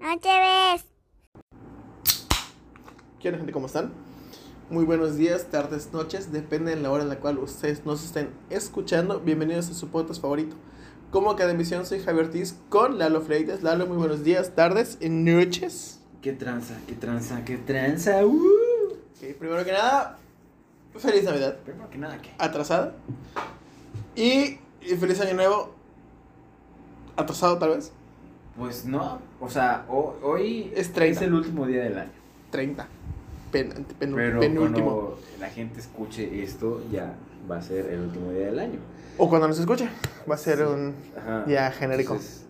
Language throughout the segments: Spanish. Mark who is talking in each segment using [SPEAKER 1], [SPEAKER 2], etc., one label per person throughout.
[SPEAKER 1] No te ves.
[SPEAKER 2] ¿Qué onda, gente? ¿Cómo están? Muy buenos días, tardes, noches, depende de la hora en la cual ustedes nos estén escuchando. Bienvenidos a su podcast favorito. Como cada emisión, soy Javier Ortiz con Lalo Freites. Lalo, muy buenos días, tardes y noches.
[SPEAKER 3] Qué tranza, qué tranza, qué tranza. Uh.
[SPEAKER 2] Ok, primero que nada, feliz Navidad
[SPEAKER 3] Primero que nada, ¿qué?
[SPEAKER 2] atrasada y y feliz Año Nuevo atrasado, tal vez
[SPEAKER 3] Pues no, o sea, ho- hoy
[SPEAKER 2] Es 30.
[SPEAKER 3] el último día del año.
[SPEAKER 2] 30, pen- penu-
[SPEAKER 3] Pero
[SPEAKER 2] penúltimo.
[SPEAKER 3] cuando la gente escuche esto, ya va a ser el último día del año.
[SPEAKER 2] O cuando nos escuche, va a ser un
[SPEAKER 3] Ajá.
[SPEAKER 2] día genérico.
[SPEAKER 3] Entonces,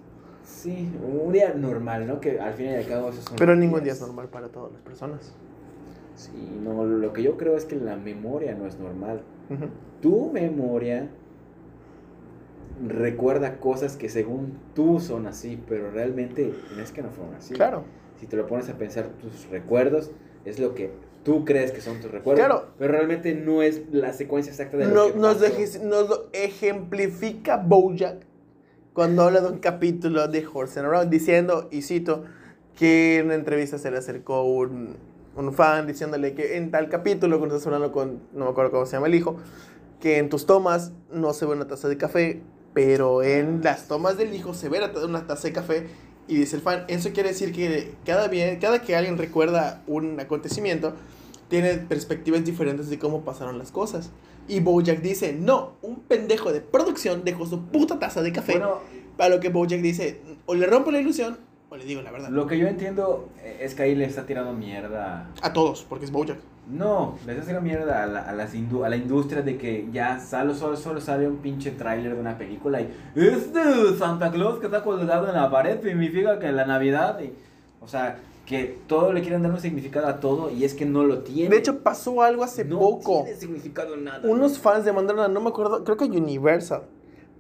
[SPEAKER 3] sí, un día normal, ¿no? Que al fin y al cabo eso son.
[SPEAKER 2] Pero ningún día es normal para todas las personas.
[SPEAKER 3] Sí, no, lo que yo creo es que la memoria no es normal.
[SPEAKER 2] Ujú.
[SPEAKER 3] Tu memoria recuerda cosas que según tú son así, pero realmente es que no fueron así.
[SPEAKER 2] Claro.
[SPEAKER 3] si te lo pones a pensar, tus recuerdos es lo que tú crees que son tus recuerdos.
[SPEAKER 2] Claro.
[SPEAKER 3] Pero realmente no es la secuencia exacta de lo
[SPEAKER 2] No-
[SPEAKER 3] que
[SPEAKER 2] nos,
[SPEAKER 3] pasó.
[SPEAKER 2] deje- nos lo ejemplifica Bojack cuando habla de un capítulo de Horse and Around diciendo, y cito, que en una entrevista se le acercó un, un fan diciéndole que en tal capítulo, cuando estás hablando con, no me acuerdo cómo se llama el hijo, que en tus tomas no se ve una taza de café, pero
[SPEAKER 3] Ah,
[SPEAKER 2] en las tomas del hijo se ve la ta- una taza de café. Y dice el fan, eso quiere decir que cada, bien, cada que alguien recuerda un acontecimiento, tiene perspectivas diferentes de cómo pasaron las cosas. Y Bojack dice, no, un pendejo de producción dejó su puta taza de café.
[SPEAKER 3] Bueno,
[SPEAKER 2] a lo que Bojack dice, o le rompo la ilusión, o le digo la verdad.
[SPEAKER 3] lo que yo entiendo eh, es que ahí le está tirando mierda.
[SPEAKER 2] A todos, porque es Bojack.
[SPEAKER 3] No, le está tirando mierda a la, a las indu- a la industria de que ya solo, solo, solo sale un pinche tráiler de una película y este Santa Claus que está colgado en la pared significa que la Navidad y, o sea, que todo le quieren dar un significado a todo y es que no lo tiene.
[SPEAKER 2] De hecho, pasó algo hace
[SPEAKER 3] no
[SPEAKER 2] poco.
[SPEAKER 3] tiene significado nada.
[SPEAKER 2] Unos fans demandaron a, no me acuerdo, creo que Universal.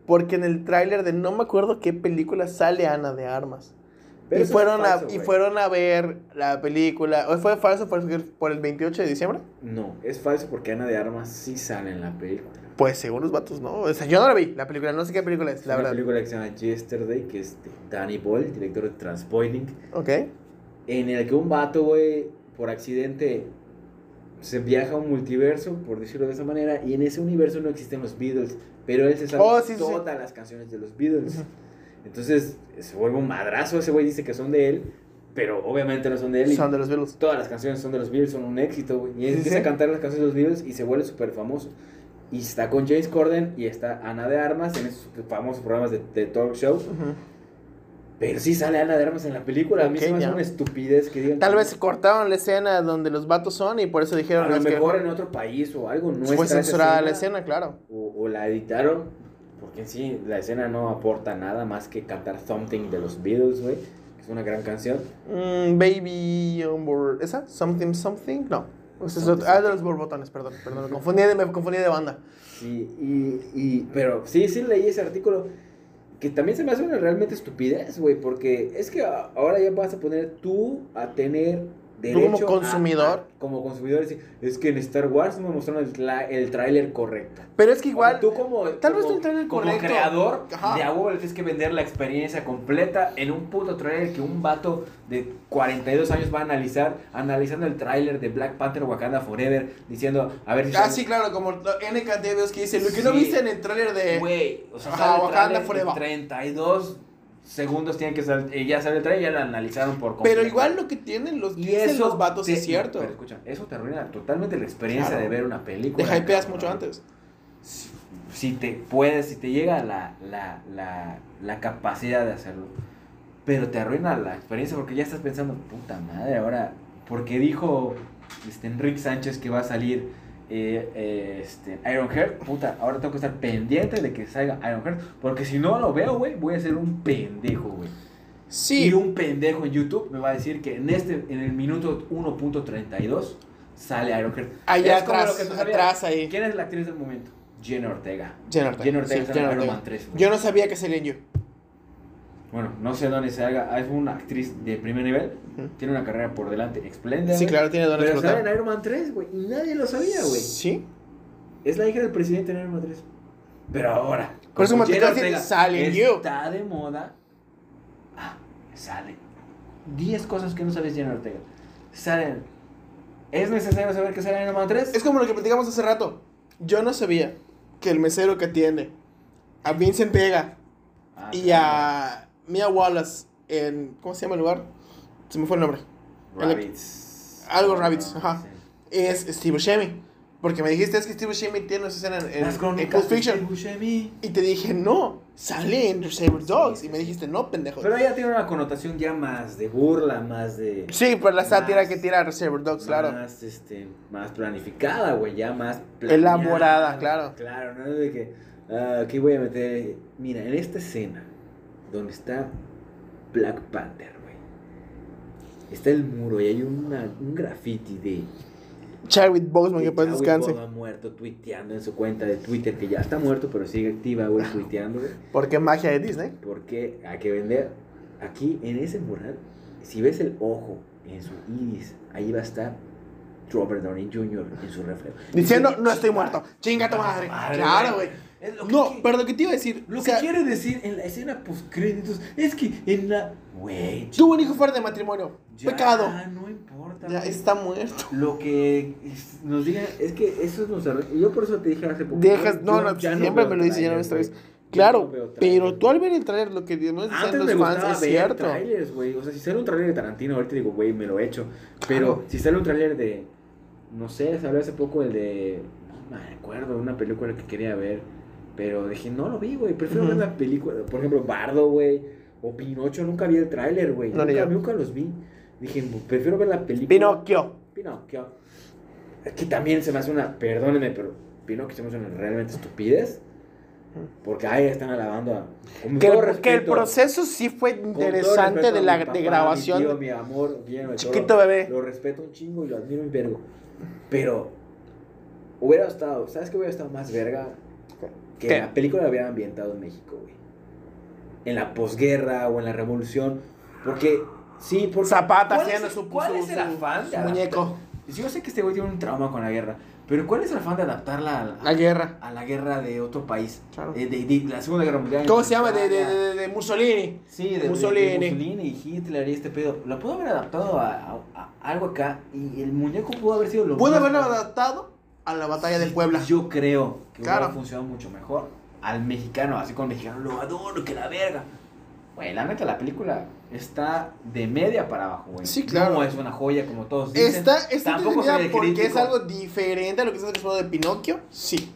[SPEAKER 2] Porque en el tráiler de no me acuerdo qué película sale Ana de Armas.
[SPEAKER 3] Pero
[SPEAKER 2] y,
[SPEAKER 3] eso es
[SPEAKER 2] fueron
[SPEAKER 3] falso,
[SPEAKER 2] a, y
[SPEAKER 3] güey.
[SPEAKER 2] fueron a ver la película. ¿O fue falso por, por el 28 de diciembre?
[SPEAKER 3] No, es falso porque Ana de Armas sí sale en la película.
[SPEAKER 2] Pues según los vatos, no. O sea, yo no la vi, la película. No sé qué película es, la
[SPEAKER 3] Una
[SPEAKER 2] verdad.
[SPEAKER 3] película que se llama Yesterday, que es de Danny Boyle, director de Transpointing,
[SPEAKER 2] Ok.
[SPEAKER 3] en el que un vato, güey, por accidente se viaja a un multiverso, por decirlo de esa manera, y en ese universo no existen los Beatles, pero él se sabe
[SPEAKER 2] Oh, sí, sí, sí.
[SPEAKER 3] todas las canciones de los Beatles. Entonces se vuelve un madrazo, ese güey dice que son de él, pero obviamente no son de él. y
[SPEAKER 2] Son de los Beatles.
[SPEAKER 3] todas las canciones son de los Beatles, son un éxito, güey. Y
[SPEAKER 2] Sí,
[SPEAKER 3] empieza
[SPEAKER 2] sí.
[SPEAKER 3] a cantar las canciones de los Beatles y se vuelve súper famoso. Y está con James Corden y está Ana de Armas en esos famosos programas de, de talk show.
[SPEAKER 2] Ujú.
[SPEAKER 3] Pero sí sale Ana de Armas en la película. A mí
[SPEAKER 2] Ok,
[SPEAKER 3] se me hace
[SPEAKER 2] ya.
[SPEAKER 3] una estupidez que digan.
[SPEAKER 2] Tal
[SPEAKER 3] que-
[SPEAKER 2] vez cortaron la escena donde los vatos son y por eso dijeron
[SPEAKER 3] A lo
[SPEAKER 2] "Es que
[SPEAKER 3] mejor en otro país o algo. No
[SPEAKER 2] fue
[SPEAKER 3] está esa
[SPEAKER 2] censurada la escena, claro.
[SPEAKER 3] O, o la editaron. Porque en sí, la escena no aporta nada más que cantar Something de los Beatles, güey. Que es una gran canción.
[SPEAKER 2] Mm, baby on board. ¿Esa? Something, something? No. Esa es
[SPEAKER 3] Something,
[SPEAKER 2] otra- ah, de los borbotones, perdón. Perdón, me confundí de, me confundí de banda.
[SPEAKER 3] Sí, y, y, pero sí, sí leí ese artículo que también se me hace una realmente estupidez, güey, porque es que a- ahora ya vas a poner tú a tener derecho
[SPEAKER 2] como
[SPEAKER 3] a-
[SPEAKER 2] consumidor.
[SPEAKER 3] a- como consumidor decir, es que en Star Wars no me mostraron el, tla- el tráiler correcto.
[SPEAKER 2] Pero es que
[SPEAKER 3] O sea,
[SPEAKER 2] igual.
[SPEAKER 3] tú como
[SPEAKER 2] tal vez
[SPEAKER 3] como-
[SPEAKER 2] no el tráiler
[SPEAKER 3] como
[SPEAKER 2] correcto.
[SPEAKER 3] creador
[SPEAKER 2] Ajá.
[SPEAKER 3] de agua le tienes que vender la experiencia completa en un puto tráiler que un vato de 42 años va a analizar, analizando el tráiler de Black Panther Wakanda Forever, diciendo, a ver si
[SPEAKER 2] Ah,
[SPEAKER 3] son-
[SPEAKER 2] sí, claro, como lo- N cantidad de videos que dice. Lo que no
[SPEAKER 3] Sí.
[SPEAKER 2] viste en el trailer de.
[SPEAKER 3] Güey, o sea,
[SPEAKER 2] Ajá,
[SPEAKER 3] sale el
[SPEAKER 2] Wakanda
[SPEAKER 3] tráiler de
[SPEAKER 2] Forever.
[SPEAKER 3] 32 segundos tienen que salir, eh, ya sale el trailer, ya lo analizaron por completo.
[SPEAKER 2] pero igual lo que tienen los,
[SPEAKER 3] y
[SPEAKER 2] dicen
[SPEAKER 3] eso
[SPEAKER 2] los vatos
[SPEAKER 3] te-
[SPEAKER 2] es cierto.
[SPEAKER 3] Pero escucha, eso te arruina totalmente la experiencia
[SPEAKER 2] Claro.
[SPEAKER 3] de ver una película.
[SPEAKER 2] Te hypeas
[SPEAKER 3] cabrón.
[SPEAKER 2] mucho antes.
[SPEAKER 3] Si te puedes, si te llega la, la, la, la capacidad de hacerlo, pero te arruina la experiencia porque ya estás pensando, puta madre, ahora, porque dijo este, Enrique Sánchez que va a salir eh, eh, este, Iron Heart, puta, ahora tengo que estar pendiente de que salga Iron Heart, porque si no lo veo, güey, voy a ser un pendejo, güey.
[SPEAKER 2] Sí.
[SPEAKER 3] Y un pendejo en YouTube me va a decir que en este, en el minuto 1.32 sale Iron Heart.
[SPEAKER 2] Allá
[SPEAKER 3] Es como
[SPEAKER 2] atrás,
[SPEAKER 3] lo que tú sabías.
[SPEAKER 2] atrás ahí.
[SPEAKER 3] ¿Quién es la actriz del momento? Jenna Ortega.
[SPEAKER 2] Jenna Ortega,
[SPEAKER 3] Jenna
[SPEAKER 2] sí,
[SPEAKER 3] Ortega sale
[SPEAKER 2] Jenna
[SPEAKER 3] en Iron
[SPEAKER 2] Ortega.
[SPEAKER 3] Man 3. güey.
[SPEAKER 2] Yo no sabía que salía en You.
[SPEAKER 3] Bueno, no sé dónde se haga. Es una actriz de primer nivel. Tiene una carrera por delante espléndida.
[SPEAKER 2] Sí,
[SPEAKER 3] güey.
[SPEAKER 2] claro, tiene dones
[SPEAKER 3] Pero sale
[SPEAKER 2] explotar.
[SPEAKER 3] en Iron Man 3, güey. Y nadie lo sabía, güey.
[SPEAKER 2] Sí.
[SPEAKER 3] Es la hija del presidente en Iron Man 3. Pero ahora.
[SPEAKER 2] Por eso
[SPEAKER 3] como
[SPEAKER 2] me
[SPEAKER 3] Jenna
[SPEAKER 2] tocó decir,
[SPEAKER 3] Ortega
[SPEAKER 2] sale en You.
[SPEAKER 3] Está de moda salen 10 cosas que no sabes Jenna Ortega. Salen. ¿Es necesario saber que sale en Nomad 3?
[SPEAKER 2] Es como lo que platicamos hace rato. Yo no sabía que el mesero que atiende a Vincent Vega
[SPEAKER 3] Ah,
[SPEAKER 2] y
[SPEAKER 3] claro.
[SPEAKER 2] a Mia Wallace en. ¿Cómo se llama el lugar? Se me fue el nombre.
[SPEAKER 3] Rabbits.
[SPEAKER 2] Algo Rabbits,
[SPEAKER 3] No,
[SPEAKER 2] ajá.
[SPEAKER 3] sí.
[SPEAKER 2] Es Steve Buscemi. Porque me dijiste es que Steve Buscemi tiene una escena en, en,
[SPEAKER 3] Las
[SPEAKER 2] en
[SPEAKER 3] crónicas
[SPEAKER 2] Pulp
[SPEAKER 3] de Steve
[SPEAKER 2] Fiction.
[SPEAKER 3] Buscemi.
[SPEAKER 2] Y te dije, no, sale en Saber Dogs.
[SPEAKER 3] Sí,
[SPEAKER 2] Y me dijiste, no, pendejo.
[SPEAKER 3] Pero ella tiene una connotación ya más de burla, más de.
[SPEAKER 2] Sí, por la sátira
[SPEAKER 3] Más-
[SPEAKER 2] que tira Reservoir Dogs, claro.
[SPEAKER 3] Más, este, más planificada, güey, ya más planeada.
[SPEAKER 2] Elaborada, claro.
[SPEAKER 3] Claro, no es de que ah, aquí voy a meter. Mira, en esta escena donde está Black Panther, güey, está el muro y hay una- un graffiti de.
[SPEAKER 2] Chadwick Boseman, que
[SPEAKER 3] Chadwick
[SPEAKER 2] paz descanse.
[SPEAKER 3] Boseman muerto tuiteando en su cuenta de Twitter que ya está muerto, pero sigue activa,
[SPEAKER 2] Ah.
[SPEAKER 3] güey, tuiteando, güey.
[SPEAKER 2] Porque magia de Disney.
[SPEAKER 3] Porque hay que vender. Aquí en ese mural, si ves el ojo en su iris, ahí va a estar Robert Downey Jr. en su reflejo.
[SPEAKER 2] Diciendo, no estoy
[SPEAKER 3] "Chinga,
[SPEAKER 2] muerto. Chinga tu madre.
[SPEAKER 3] madre,
[SPEAKER 2] Claro,
[SPEAKER 3] güey.
[SPEAKER 2] güey.
[SPEAKER 3] Es lo que
[SPEAKER 2] No,
[SPEAKER 3] quiere-
[SPEAKER 2] pero lo que te iba a decir.
[SPEAKER 3] Lo
[SPEAKER 2] o sea,
[SPEAKER 3] que quiere decir en la escena post créditos es que en la. Güey.
[SPEAKER 2] Tuvo un hijo fuera de matrimonio.
[SPEAKER 3] ya,
[SPEAKER 2] Pecado.
[SPEAKER 3] No importa.
[SPEAKER 2] Ya
[SPEAKER 3] güey.
[SPEAKER 2] está muerto.
[SPEAKER 3] Lo que es- nos digan es que eso nos arre- Yo por eso te dije hace poco.
[SPEAKER 2] Dejas,
[SPEAKER 3] yo-
[SPEAKER 2] no,
[SPEAKER 3] yo
[SPEAKER 2] no,
[SPEAKER 3] ya
[SPEAKER 2] siempre
[SPEAKER 3] veo
[SPEAKER 2] me lo dices, ya no ves trailers.
[SPEAKER 3] trailers, güey. Yo no
[SPEAKER 2] Claro,
[SPEAKER 3] veo trailers,
[SPEAKER 2] pero tú
[SPEAKER 3] güey.
[SPEAKER 2] al ver el trailer, lo que nos
[SPEAKER 3] Antes
[SPEAKER 2] dicen
[SPEAKER 3] me
[SPEAKER 2] Ah, los fans
[SPEAKER 3] gustaba
[SPEAKER 2] es
[SPEAKER 3] ver
[SPEAKER 2] cierto.
[SPEAKER 3] trailers, güey. O sea, si sale un trailer de Tarantino, ahorita digo, güey, me lo he hecho. Pero
[SPEAKER 2] Claro.
[SPEAKER 3] si sale un trailer de. No sé, salió hace poco el de. No me acuerdo, una película que quería ver. Pero dije, no lo vi, güey. Prefiero
[SPEAKER 2] Ujú.
[SPEAKER 3] ver la película. Por ejemplo, Bardo, güey. O Pinocho, nunca vi el tráiler, güey.
[SPEAKER 2] No, ni
[SPEAKER 3] nunca,
[SPEAKER 2] yo.
[SPEAKER 3] nunca los vi. Dije, prefiero ver la película.
[SPEAKER 2] Pinocchio.
[SPEAKER 3] Pinocchio. Aquí también se me hace una, perdónenme, pero Pinocchio se me hace una realmente estupidez. Porque ahí están alabando a. con
[SPEAKER 2] Que,
[SPEAKER 3] todo
[SPEAKER 2] el- que el
[SPEAKER 3] respeto,
[SPEAKER 2] proceso sí fue
[SPEAKER 3] con todo
[SPEAKER 2] interesante
[SPEAKER 3] respeto
[SPEAKER 2] de
[SPEAKER 3] a
[SPEAKER 2] la
[SPEAKER 3] mi papá,
[SPEAKER 2] de
[SPEAKER 3] mi
[SPEAKER 2] grabación.
[SPEAKER 3] tío, mi amor, Guillermo del Toro,
[SPEAKER 2] Chiquito eh. bebé.
[SPEAKER 3] Lo respeto un chingo y lo admiro un vergo. Pero hubiera estado, ¿sabes qué hubiera estado más verga? Que
[SPEAKER 2] ¿Qué?
[SPEAKER 3] la película la hubieran ambientado en México, güey. En la posguerra o en la revolución. Porque, sí, porque.
[SPEAKER 2] Zapata
[SPEAKER 3] ¿cuál es
[SPEAKER 2] haciendo
[SPEAKER 3] el-
[SPEAKER 2] su,
[SPEAKER 3] ¿Cuál
[SPEAKER 2] su-
[SPEAKER 3] es el afán
[SPEAKER 2] su
[SPEAKER 3] de adaptar-
[SPEAKER 2] muñeco.
[SPEAKER 3] Yo sé que este güey tiene un trauma con la guerra, pero ¿cuál es el afán de adaptarla a la,
[SPEAKER 2] La guerra.
[SPEAKER 3] a la guerra de otro país?
[SPEAKER 2] Claro.
[SPEAKER 3] Eh, de, de la Segunda Guerra Mundial.
[SPEAKER 2] ¿Cómo se llama? De, de,
[SPEAKER 3] Italia.
[SPEAKER 2] de, de Mussolini.
[SPEAKER 3] Sí, de de- de Mussolini.
[SPEAKER 2] Mussolini.
[SPEAKER 3] y Hitler y este pedo. La pudo haber adaptado a, a- a algo acá y el muñeco pudo haber sido lo
[SPEAKER 2] Pudo
[SPEAKER 3] mismo.
[SPEAKER 2] haberlo adaptado a la batalla de Puebla.
[SPEAKER 3] Yo creo que
[SPEAKER 2] Claro.
[SPEAKER 3] hubiera funcionado mucho mejor al mexicano, así con el mexicano lo adoro, que la verga. Güey, la neta, la película está de media para abajo, güey.
[SPEAKER 2] Sí, claro.
[SPEAKER 3] No es una joya como todos dicen.
[SPEAKER 2] Está, está
[SPEAKER 3] Tampoco
[SPEAKER 2] entretenida
[SPEAKER 3] soy el
[SPEAKER 2] porque es
[SPEAKER 3] crítico.
[SPEAKER 2] algo diferente a lo que estás acostumbrado de Pinocchio. Sí.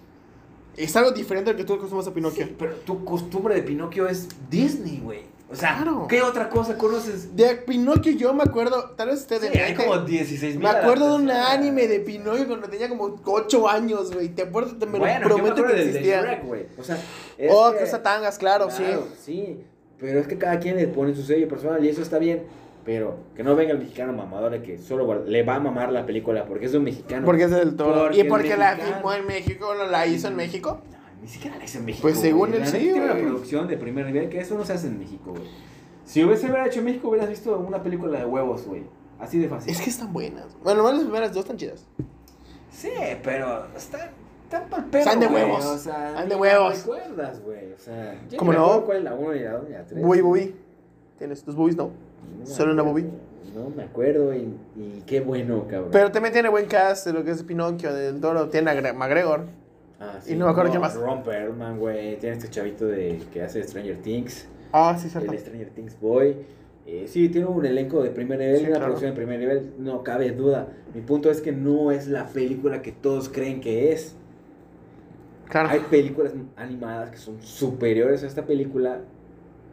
[SPEAKER 2] Es algo diferente a lo que tú acostumbras a Pinocchio.
[SPEAKER 3] Sí, pero tu costumbre de Pinocchio es Disney, güey. O sea,
[SPEAKER 2] Claro.
[SPEAKER 3] ¿qué otra cosa conoces?
[SPEAKER 2] De Pinocchio yo me acuerdo, tal vez usted de
[SPEAKER 3] Sí, hay
[SPEAKER 2] mente,
[SPEAKER 3] como 16
[SPEAKER 2] Me acuerdo de un anime de Pinocchio cuando tenía como 8 años, güey. Te acuerdo, te me
[SPEAKER 3] bueno,
[SPEAKER 2] lo
[SPEAKER 3] yo me
[SPEAKER 2] prometo
[SPEAKER 3] acuerdo
[SPEAKER 2] que
[SPEAKER 3] del de
[SPEAKER 2] existía.
[SPEAKER 3] Shrek, güey. O sea,
[SPEAKER 2] Oh,
[SPEAKER 3] que-
[SPEAKER 2] que satangas, claro, sí.
[SPEAKER 3] Sí, pero es que cada quien le pone su sello personal y eso está bien. Pero que no venga el mexicano mamador de que solo guarda- le va a mamar la película porque es de un mexicano.
[SPEAKER 2] Porque es del toro.
[SPEAKER 3] Porque
[SPEAKER 2] y porque
[SPEAKER 3] es
[SPEAKER 2] la
[SPEAKER 3] mexicano.
[SPEAKER 2] filmó en México, no la hizo en México.
[SPEAKER 3] No, ni siquiera la hizo en México.
[SPEAKER 2] Pues
[SPEAKER 3] güey.
[SPEAKER 2] según él
[SPEAKER 3] La neta
[SPEAKER 2] sí,
[SPEAKER 3] Tiene una
[SPEAKER 2] güey.
[SPEAKER 3] producción de primer nivel que eso no se hace en México, güey. Si hubiese hubiera hecho en México, hubieras visto una película de huevos, güey. Así de fácil.
[SPEAKER 2] Es que están buenas. Bueno, nomás las primeras dos están chidas.
[SPEAKER 3] Sí, pero están. Están pa'l perro,
[SPEAKER 2] Están de
[SPEAKER 3] güey,
[SPEAKER 2] huevos.
[SPEAKER 3] O sea,
[SPEAKER 2] Están de
[SPEAKER 3] ni las
[SPEAKER 2] huevos.
[SPEAKER 3] recuerdas, güey. O sea, yo
[SPEAKER 2] ¿Cómo
[SPEAKER 3] me
[SPEAKER 2] no?
[SPEAKER 3] acuerdo ¿Cuál es la 1 y la 2 y la 3?
[SPEAKER 2] Bui, bui. Tienes tus boobies, no. ¿Solo una boobie?
[SPEAKER 3] No me acuerdo y, y qué bueno, cabrón.
[SPEAKER 2] Pero también tiene buen cast de lo que es Pinocchio, del toro. Tiene a Gre- McGregor.
[SPEAKER 3] Ah,
[SPEAKER 2] y no me acuerdo qué más.
[SPEAKER 3] Ron Perlman, güey. Tiene este chavito de, que hace Stranger Things.
[SPEAKER 2] Ah, sí, cierto.
[SPEAKER 3] El Stranger Things Boy. Eh, sí, tiene un elenco de primer nivel,
[SPEAKER 2] Sí,
[SPEAKER 3] una
[SPEAKER 2] claro.
[SPEAKER 3] producción de primer nivel, no cabe duda. Mi punto es que no es la película que todos creen que es. Hay
[SPEAKER 2] Claro.
[SPEAKER 3] películas animadas que son superiores a esta película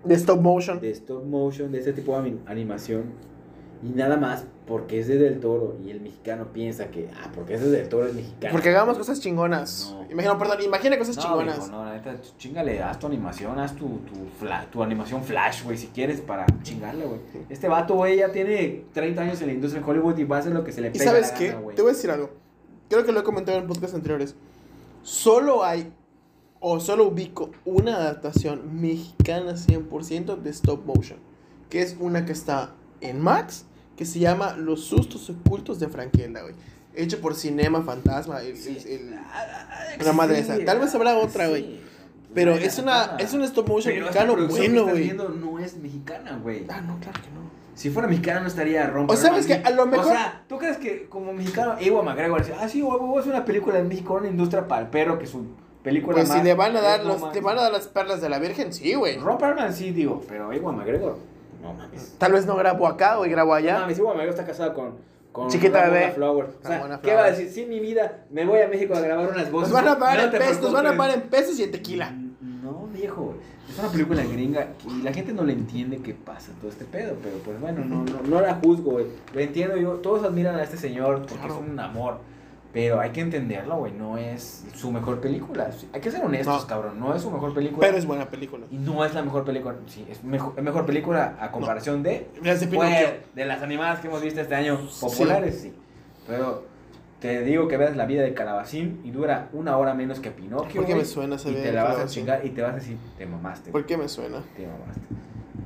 [SPEAKER 2] De stop motion.
[SPEAKER 3] de stop motion, de este tipo de ani- animación. Y nada más porque es de Del Toro y el mexicano piensa que, ah, porque es de Del Toro es mexicano.
[SPEAKER 2] Porque hagamos cosas chingonas.
[SPEAKER 3] No.
[SPEAKER 2] Imagina, perdón, imagina cosas
[SPEAKER 3] No,
[SPEAKER 2] chingonas.
[SPEAKER 3] mijo, no, la neta, tú chingale, haz tu animación, haz tu, tu, fla- tu animación flash, güey, si quieres, para chingarle, güey. Este vato, güey, ya tiene 30 años en la industria de Hollywood y va a hacer lo que se le
[SPEAKER 2] ¿Y
[SPEAKER 3] pega
[SPEAKER 2] sabes
[SPEAKER 3] la
[SPEAKER 2] qué?
[SPEAKER 3] gana, güey.
[SPEAKER 2] Te voy a decir algo. Creo que lo he comentado en podcasts anteriores. Solo hay, o solo ubico, una adaptación mexicana 100% de stop motion. Que es una que está en Max, que se llama Los sustos ocultos de Frankelda, güey. Hecho por Cinema Fantasma. el-
[SPEAKER 3] Sí.
[SPEAKER 2] el- el-
[SPEAKER 3] Ah, ah, ah,
[SPEAKER 2] Una madre
[SPEAKER 3] sí,
[SPEAKER 2] esa. Tal vez habrá
[SPEAKER 3] ah,
[SPEAKER 2] otra,
[SPEAKER 3] sí.
[SPEAKER 2] güey. Pero
[SPEAKER 3] Vale
[SPEAKER 2] es
[SPEAKER 3] la
[SPEAKER 2] una,
[SPEAKER 3] pena.
[SPEAKER 2] es un stop motion
[SPEAKER 3] Pero esta
[SPEAKER 2] mexicano
[SPEAKER 3] producción que
[SPEAKER 2] bueno,
[SPEAKER 3] estás
[SPEAKER 2] güey.
[SPEAKER 3] viendo no es mexicana, güey.
[SPEAKER 2] Ah, no, claro que no.
[SPEAKER 3] Si fuera mexicana no estaría rompiendo.
[SPEAKER 2] O sabes que a lo mejor-
[SPEAKER 3] O sea, ¿tú crees que como mexicano Ewan McGregor dice, ah, sí, huevo, es una película de México, una industria palpero que su película
[SPEAKER 2] Pues
[SPEAKER 3] más
[SPEAKER 2] si le van a dar
[SPEAKER 3] es
[SPEAKER 2] los,
[SPEAKER 3] no
[SPEAKER 2] le
[SPEAKER 3] mames".
[SPEAKER 2] van a dar las perlas de la Virgen, sí, güey.
[SPEAKER 3] Ron Perlman sí, digo, pero Ewan McGregor, no mames.
[SPEAKER 2] Tal vez no grabo acá, güey, grabo
[SPEAKER 3] No
[SPEAKER 2] allá.
[SPEAKER 3] mames, Ewan McGregor está casado con... con
[SPEAKER 2] Chiquita
[SPEAKER 3] Ramona
[SPEAKER 2] bebé.
[SPEAKER 3] Flowers. O sea,
[SPEAKER 2] Ramona
[SPEAKER 3] ¿qué va a
[SPEAKER 2] Flowers.
[SPEAKER 3] decir? Sí, mi vida, me voy a México a grabar unas voces.
[SPEAKER 2] Nos van a pagar
[SPEAKER 3] No
[SPEAKER 2] en
[SPEAKER 3] te
[SPEAKER 2] pesos, nos van a
[SPEAKER 3] preocupes.
[SPEAKER 2] pagar en pesos y en tequila.
[SPEAKER 3] No, viejo. Es una película gringa y la gente no le entiende qué pasa todo este pedo, pero pues bueno, no, no, no la juzgo, güey. Lo entiendo yo. Todos admiran a este señor porque
[SPEAKER 2] Claro.
[SPEAKER 3] es un amor. Pero hay que entenderlo, güey. No es su mejor película. Sí, Hay que ser honestos,
[SPEAKER 2] No.
[SPEAKER 3] cabrón. No es su mejor película.
[SPEAKER 2] Pero es buena película.
[SPEAKER 3] Y no es la mejor película. Sí, es mejo- es mejor, película a comparación de.
[SPEAKER 2] Las de
[SPEAKER 3] pues,
[SPEAKER 2] Pinocchio.
[SPEAKER 3] de las animadas que hemos visto este año. Populares, sí. Pero. Te digo que veas la vida de Calabacín y dura una hora menos que Pinocchio.
[SPEAKER 2] ¿Por qué me
[SPEAKER 3] güey.
[SPEAKER 2] suena esa
[SPEAKER 3] Y
[SPEAKER 2] vida
[SPEAKER 3] te
[SPEAKER 2] de
[SPEAKER 3] la vas a
[SPEAKER 2] Calabacín?
[SPEAKER 3] chingar y te vas a decir, te mamaste, güey,
[SPEAKER 2] ¿Por qué me suena?
[SPEAKER 3] te mamaste.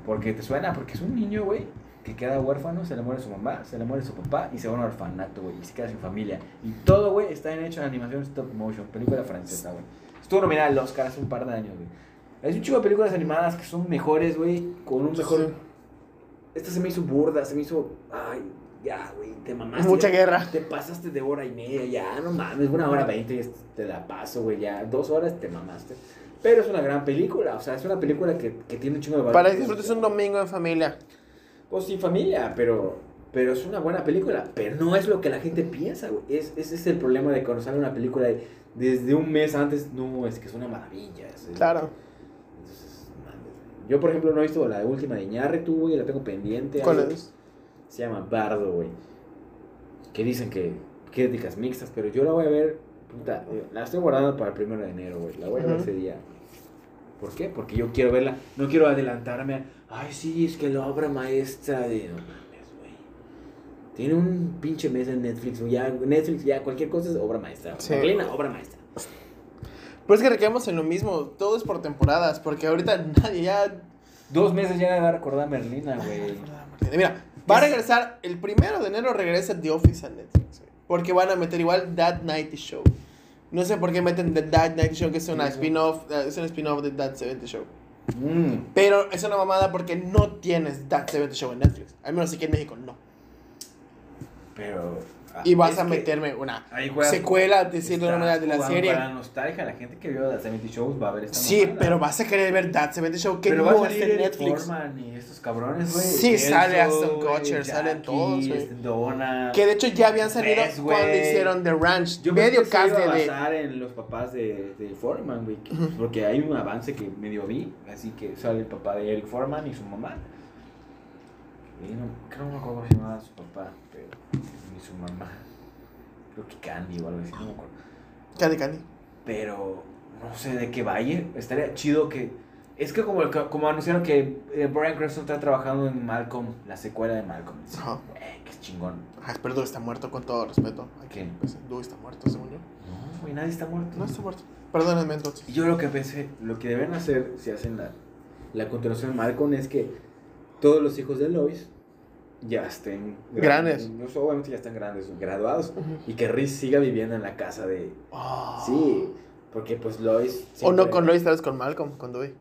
[SPEAKER 3] Porque te suena, porque es un niño, güey, que queda huérfano, se le muere su mamá, se le muere su papá y se va a un orfanato, güey, y se queda sin familia. Y todo, güey, está en hecho en animación stop motion, película francesa, güey. Estuvo nominada al Oscar hace un par de años, güey. Hay un chico de películas animadas que son mejores, güey, con un mejor...
[SPEAKER 2] Sí.
[SPEAKER 3] Esta se me hizo burda, se me hizo... Ay, ya, güey, te mamaste.
[SPEAKER 2] Mucha
[SPEAKER 3] ya.
[SPEAKER 2] guerra.
[SPEAKER 3] Te pasaste de hora y media, ya, no mames, una hora veinte ya te la paso, güey, ya, dos horas te mamaste. Pero es una gran película, o sea, es una película que, que tiene un chingo de valor.
[SPEAKER 2] Para que disfrutes un domingo en familia.
[SPEAKER 3] Pues sin familia, pero, pero es una buena película. Pero no es lo que la gente piensa, güey. Es, ese es el problema de conocer una película de- desde un mes antes. No, es que es una maravilla. es-
[SPEAKER 2] Claro.
[SPEAKER 3] Entonces, mames. Yo, por ejemplo, no he visto la última de Iñárritu, güey, la tengo pendiente.
[SPEAKER 2] ¿Cuál
[SPEAKER 3] Ahí-
[SPEAKER 2] es?
[SPEAKER 3] se llama Bardo, güey. Que dicen que críticas mixtas, pero yo la voy a ver, puta, eh, la estoy guardando para el primero de enero, güey. La voy a ver
[SPEAKER 2] Ujú.
[SPEAKER 3] ese día. ¿Por qué? Porque yo quiero verla, no quiero adelantarme. a, Ay, sí, es que la obra maestra de. No mames, güey. Tiene un pinche mes en Netflix, güey. Ya, Netflix, ya, cualquier cosa es obra maestra.
[SPEAKER 2] Sí.
[SPEAKER 3] güey. Plena obra maestra.
[SPEAKER 2] Pero Pues es que recaemos en lo mismo. Todo es por temporadas. Porque ahorita nadie ya.
[SPEAKER 3] Dos meses ya va a recordar Merlina, güey.
[SPEAKER 2] Ah, Mira, va a regresar. El primero de enero regresa The Office a Netflix. güey. Porque van a meter igual That Night Show. No sé por qué meten The That Night Show, que es una
[SPEAKER 3] Ujú.
[SPEAKER 2] spin-off. eh, es un spin-off de That 70 Show.
[SPEAKER 3] Mm.
[SPEAKER 2] Pero es una mamada porque no tienes That 70 Show en Netflix. Al menos aquí en México no.
[SPEAKER 3] Pero. ah,
[SPEAKER 2] Y vas
[SPEAKER 3] es
[SPEAKER 2] a
[SPEAKER 3] que-
[SPEAKER 2] meterme una
[SPEAKER 3] Ahí juegas-
[SPEAKER 2] secuela, decirlo de una manera, de la
[SPEAKER 3] jugando
[SPEAKER 2] serie.
[SPEAKER 3] Para la nostalgia, la gente que vio The 70 Shows va a ver esta
[SPEAKER 2] Sí,
[SPEAKER 3] mamada.
[SPEAKER 2] pero vas a querer ver That 70 Show que
[SPEAKER 3] Pero
[SPEAKER 2] no
[SPEAKER 3] vas a
[SPEAKER 2] está
[SPEAKER 3] ver
[SPEAKER 2] en
[SPEAKER 3] Eric
[SPEAKER 2] Netflix.
[SPEAKER 3] Foreman y estos cabrones, güey.
[SPEAKER 2] Sí,
[SPEAKER 3] Kelso,
[SPEAKER 2] sale Aston
[SPEAKER 3] güey,
[SPEAKER 2] Kutcher, salen todos, güey.
[SPEAKER 3] este, Donna.
[SPEAKER 2] Que de hecho ya habían salido
[SPEAKER 3] Ves, güey.
[SPEAKER 2] cuando hicieron The Ranch.
[SPEAKER 3] Yo
[SPEAKER 2] medio
[SPEAKER 3] pensé que
[SPEAKER 2] cast
[SPEAKER 3] se
[SPEAKER 2] de.
[SPEAKER 3] iba a
[SPEAKER 2] de-
[SPEAKER 3] basar en los papás de, de Foreman, güey. que- Porque hay un avance que medio vi. Así que sale el papá de Eric Foreman y su mamá. Y no, creo que no me acuerdo cómo se llamaba su papá, pero. Ni su mamá. Creo que Candy o algo así, no me acuerdo.
[SPEAKER 2] Candy Candy.
[SPEAKER 3] pero no sé de qué va a ir. Estaría chido que. Es que como, como anunciaron que eh, Bryan Cranston está trabajando en Malcolm, la secuela de Malcolm. Dices,
[SPEAKER 2] Ajá.
[SPEAKER 3] "Eh, qué chingón.
[SPEAKER 2] Ah, pero Dewey está muerto con todo respeto. Aquí,
[SPEAKER 3] ¿Quién?
[SPEAKER 2] pues, Dewey está muerto, según yo.
[SPEAKER 3] No, güey, nadie está muerto.
[SPEAKER 2] No está muerto. Perdónenme entonces.
[SPEAKER 3] Y yo lo que pensé, lo que deben hacer si hacen la, la continuación de Malcolm es que todos los hijos de Lois ya estén
[SPEAKER 2] Grandes.
[SPEAKER 3] No, obviamente ya están grandes, graduados. Y que Reese siga viviendo en la casa de.
[SPEAKER 2] Oh.
[SPEAKER 3] Sí, porque pues Lois.
[SPEAKER 2] O no
[SPEAKER 3] siempre-
[SPEAKER 2] con Lois, tal vez con Malcolm, con Dewey.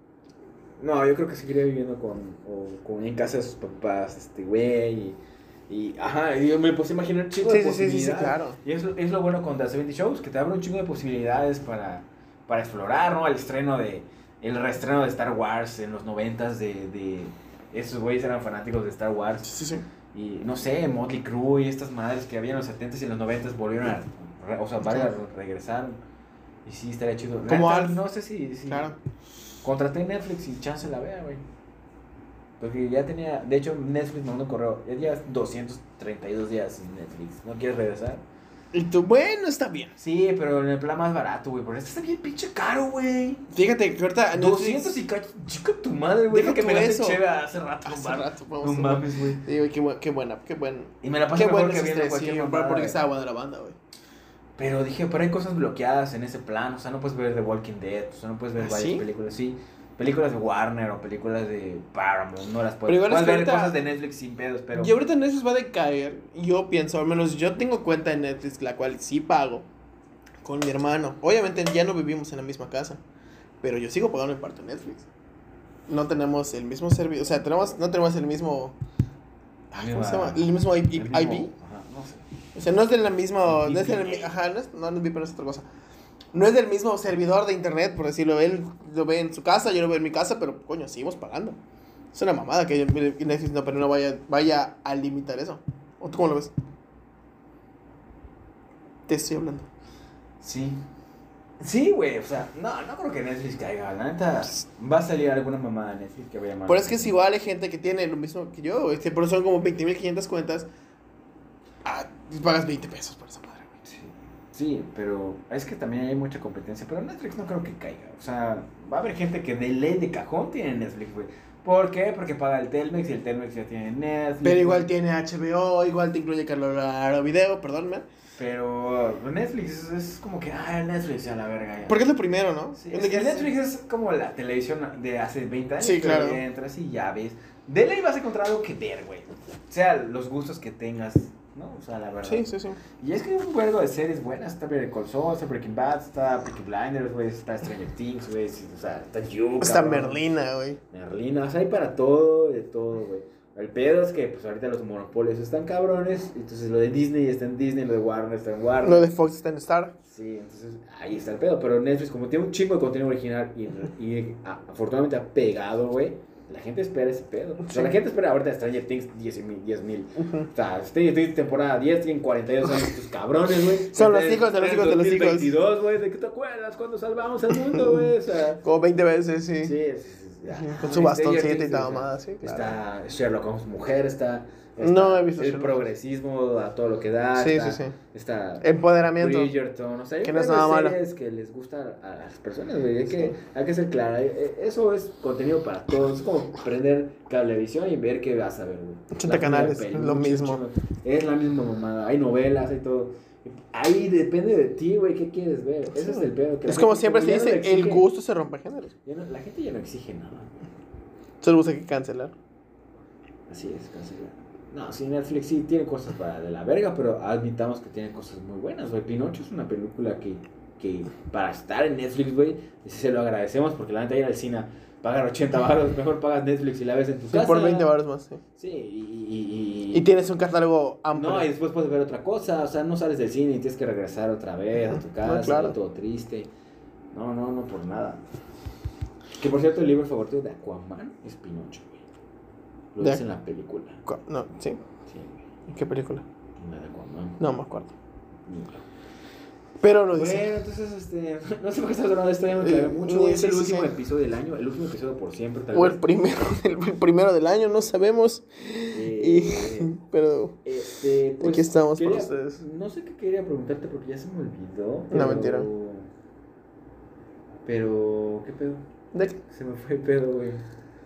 [SPEAKER 3] No, yo creo que seguiría viviendo con, o- con- en casa de sus papás, este güey, y, y, ajá, y yo me puse a imaginar un chingo
[SPEAKER 2] Sí,
[SPEAKER 3] de
[SPEAKER 2] sí, sí, sí, sí,
[SPEAKER 3] posibilidades.
[SPEAKER 2] claro.
[SPEAKER 3] Y es, lo- es lo bueno con The 70 Shows, que te abre un chingo de posibilidades para, para explorar, ¿no? El estreno de, el reestreno de Star Wars en los noventas de, de, esos güeyes eran fanáticos de Star Wars,
[SPEAKER 2] Sí, sí, sí.
[SPEAKER 3] y no sé, Motley Crue y estas madres que había en los setentas y en los noventas volvieron a, re- o sea, varias regresaron. Y sí, estaría chido. La
[SPEAKER 2] Como
[SPEAKER 3] neta,
[SPEAKER 2] Alf.
[SPEAKER 3] No sé si... si
[SPEAKER 2] Claro.
[SPEAKER 3] Contraté Netflix y chance la vea, güey. Porque ya tenía, de hecho Netflix mandó un correo, ya llevas 232 días sin Netflix, ¿no quieres regresar?
[SPEAKER 2] Y tú, bueno, está bien.
[SPEAKER 3] Sí, pero en el plan más barato, güey, porque este está bien pinche caro, güey.
[SPEAKER 2] Fíjate que ahorita. Netflix-
[SPEAKER 3] 200 y cacho, chica tu madre, güey,
[SPEAKER 2] Deja
[SPEAKER 3] que me
[SPEAKER 2] tú
[SPEAKER 3] la
[SPEAKER 2] eso.
[SPEAKER 3] cheve hace rato,
[SPEAKER 2] Hace
[SPEAKER 3] no mames.
[SPEAKER 2] rato, vamos
[SPEAKER 3] No
[SPEAKER 2] a-
[SPEAKER 3] mames, güey.
[SPEAKER 2] Sí, güey, qué, bu- qué buena, qué buen.
[SPEAKER 3] Y me la pasé
[SPEAKER 2] Qué
[SPEAKER 3] mejor
[SPEAKER 2] buen
[SPEAKER 3] que viendo
[SPEAKER 2] estrés,
[SPEAKER 3] cualquier
[SPEAKER 2] sí,
[SPEAKER 3] mamada,
[SPEAKER 2] porque
[SPEAKER 3] güey.
[SPEAKER 2] estaba buena la banda, güey.
[SPEAKER 3] Pero dije, pero hay cosas bloqueadas en ese plan. O sea, no puedes ver The Walking Dead. O sea, no puedes ver
[SPEAKER 2] ¿Ah,
[SPEAKER 3] varias
[SPEAKER 2] sí?
[SPEAKER 3] películas. Sí, películas de Warner o películas de Paramount. No las puedes,
[SPEAKER 2] Pero igual es
[SPEAKER 3] puedes
[SPEAKER 2] que
[SPEAKER 3] ver.
[SPEAKER 2] ahorita-
[SPEAKER 3] cosas de Netflix sin pedos, pero.
[SPEAKER 2] Y ahorita Netflix va a decaer. y Yo pienso, al menos yo tengo cuenta en Netflix, la cual sí pago con mi hermano. Obviamente ya no vivimos en la misma casa. Pero yo sigo pagando mi parte de Netflix. No tenemos el mismo servicio, o sea, tenemos, no tenemos el mismo... ay, ¿Cómo se llama? El mismo IP.
[SPEAKER 3] El mismo-
[SPEAKER 2] IP.
[SPEAKER 3] ajá, no sé.
[SPEAKER 2] O sea, no es de la misma.
[SPEAKER 3] El
[SPEAKER 2] No es del mi-
[SPEAKER 3] VPN.
[SPEAKER 2] ajá, no es, no, no es VPN, es otra cosa. No es del mismo servidor de internet, por decirlo. Él lo ve en su casa, yo lo veo en mi casa, pero coño, seguimos pagando. Es una mamada que Netflix no, pero no vaya, vaya a limitar eso. ¿O tú cómo lo ves? Te estoy hablando.
[SPEAKER 3] Sí. Sí, güey, o sea, no, no creo que Netflix caiga. La neta, va a salir alguna mamada de Netflix que voy a llamar.
[SPEAKER 2] Por eso es que es igual, hay gente que tiene lo mismo que yo. Este, por eso son como 20.500 cuentas. Ah, y pagas 20 pesos por esa madre. güey.
[SPEAKER 3] Sí. Sí, pero es que también hay mucha competencia. Pero Netflix no creo que caiga. O sea, va a haber gente que de ley de cajón tiene Netflix, güey. ¿Por qué? Porque paga el Telmex y el Telmex ya tiene Netflix.
[SPEAKER 2] Pero igual tiene HBO, igual te incluye Carlos Lara Video, perdón, man.
[SPEAKER 3] Pero Netflix es, es como que, ah, Netflix ya la verga. Ya.
[SPEAKER 2] Porque es lo primero, ¿no?
[SPEAKER 3] Sí,
[SPEAKER 2] Es lo
[SPEAKER 3] es
[SPEAKER 2] que
[SPEAKER 3] que
[SPEAKER 2] es-
[SPEAKER 3] Netflix es como la televisión de hace 20 años.
[SPEAKER 2] Sí,
[SPEAKER 3] que
[SPEAKER 2] claro.
[SPEAKER 3] Entras y ya ves. De ley vas a encontrar algo que ver, güey. O sea, los gustos que tengas, ¿no? O sea, la verdad.
[SPEAKER 2] Sí, sí, sí.
[SPEAKER 3] Y es que hay un juego de series buenas. Está Better Call Saul, está Breaking Bad, está Peaky Blinders, güey. Está Stranger Things, güey. sí, O sea, está You.
[SPEAKER 2] Está
[SPEAKER 3] cabrón.
[SPEAKER 2] Merlina, güey.
[SPEAKER 3] Merlina. O sea, hay para todo, de todo, güey. El pedo es que, pues, ahorita los monopolios están cabrones. Entonces, lo de Disney está en Disney, lo de Warner está en Warner.
[SPEAKER 2] Lo de Fox está en Star.
[SPEAKER 3] Sí, entonces ahí está el pedo. Pero Netflix, como tiene un chingo de contenido original y, y a- afortunadamente ha pegado, güey, la gente espera ese pedo. O sea, la gente espera ahorita Stranger Things 10 mil. 10 mil. O sea, Stranger Things temporada 10 tienen 42 años estos cabrones, güey.
[SPEAKER 2] Son los
[SPEAKER 3] Ustedes
[SPEAKER 2] hijos de los
[SPEAKER 3] están
[SPEAKER 2] hijos
[SPEAKER 3] en
[SPEAKER 2] de los hijos.
[SPEAKER 3] 2022, güey, ¿de qué te acuerdas cuando salvamos al mundo, güey? O sea,
[SPEAKER 2] Como 20 veces,
[SPEAKER 3] sí.
[SPEAKER 2] sí.
[SPEAKER 3] es- es- es- ah,
[SPEAKER 2] Con su bastón
[SPEAKER 3] Stranger
[SPEAKER 2] siete y
[SPEAKER 3] Things,
[SPEAKER 2] toda
[SPEAKER 3] o sea,
[SPEAKER 2] mamada, sí, claro.
[SPEAKER 3] Está Sherlock Holmes mujer, está... está
[SPEAKER 2] No he visto
[SPEAKER 3] El
[SPEAKER 2] Sherlock Holmes.
[SPEAKER 3] progresismo a todo lo que da.
[SPEAKER 2] Sí,
[SPEAKER 3] está-
[SPEAKER 2] sí, sí.
[SPEAKER 3] Está
[SPEAKER 2] Empoderamiento.
[SPEAKER 3] Bridgerton, o sea, hay
[SPEAKER 2] Que no es
[SPEAKER 3] varias
[SPEAKER 2] nada malo.
[SPEAKER 3] series que les gusta a las personas, güey. Hay,
[SPEAKER 2] Sí.
[SPEAKER 3] que, hay que ser claro. eh, Eso es contenido para todos. Es como prender cablevisión y ver qué vas a ver, güey.
[SPEAKER 2] 80
[SPEAKER 3] La
[SPEAKER 2] canales,
[SPEAKER 3] película,
[SPEAKER 2] lo mismo.
[SPEAKER 3] chingo, Es la misma mamada. Hay novelas, hay todo. Ahí depende de ti, güey, qué quieres ver. Ese es el pedo. que la
[SPEAKER 2] Es como
[SPEAKER 3] gente-
[SPEAKER 2] siempre se
[SPEAKER 3] ya no le
[SPEAKER 2] dice, el
[SPEAKER 3] exige-
[SPEAKER 2] gusto se rompe géneros.
[SPEAKER 3] ya no- la gente ya no exige nada, güey.
[SPEAKER 2] Solo busca que cancelar.
[SPEAKER 3] Así es, casi. No, sí, Netflix sí tiene cosas para de la verga, pero admitamos que tiene cosas muy buenas. Güey, Pinocho es una película que, que para estar en Netflix, güey, sí se lo agradecemos porque la neta ir al cine, pagar 80 baros, mejor pagas Netflix y la ves en tu
[SPEAKER 2] Sí,
[SPEAKER 3] casa.
[SPEAKER 2] por 20 baros más, sí.
[SPEAKER 3] Sí, y- y...
[SPEAKER 2] Y tienes un catálogo
[SPEAKER 3] No, y
[SPEAKER 2] amplio.
[SPEAKER 3] después puedes ver otra cosa, o sea, no sales del cine y tienes que regresar otra vez a tu casa,
[SPEAKER 2] Ah, claro.
[SPEAKER 3] todo triste. No, no, no, por nada. Que por cierto, el libro favorito de Aquaman es Pinocho, güey. Lo
[SPEAKER 2] De-
[SPEAKER 3] dice en la película.
[SPEAKER 2] Cu- No, sí.
[SPEAKER 3] Sí, güey.
[SPEAKER 2] ¿En qué película?
[SPEAKER 3] Una de Aquaman.
[SPEAKER 2] No me acuerdo. Pero lo dice.
[SPEAKER 3] Bueno, entonces, este, no sé por qué estás hablando de esto, ya me clavé
[SPEAKER 2] Eh,
[SPEAKER 3] mucho, güey.
[SPEAKER 2] sí,
[SPEAKER 3] Es el
[SPEAKER 2] sí,
[SPEAKER 3] último
[SPEAKER 2] sí.
[SPEAKER 3] episodio del año, el último episodio por siempre, tal
[SPEAKER 2] O el
[SPEAKER 3] vez.
[SPEAKER 2] primero, el primero del año, no sabemos.
[SPEAKER 3] Eh,
[SPEAKER 2] Y, pero
[SPEAKER 3] este, pues,
[SPEAKER 2] aquí estamos por
[SPEAKER 3] quería-
[SPEAKER 2] ustedes.
[SPEAKER 3] No sé qué quería preguntarte porque ya se me olvidó.
[SPEAKER 2] No, mentira.
[SPEAKER 3] Pero, ¿qué pedo?
[SPEAKER 2] ¿De qué?
[SPEAKER 3] Se me fue el pedo, güey.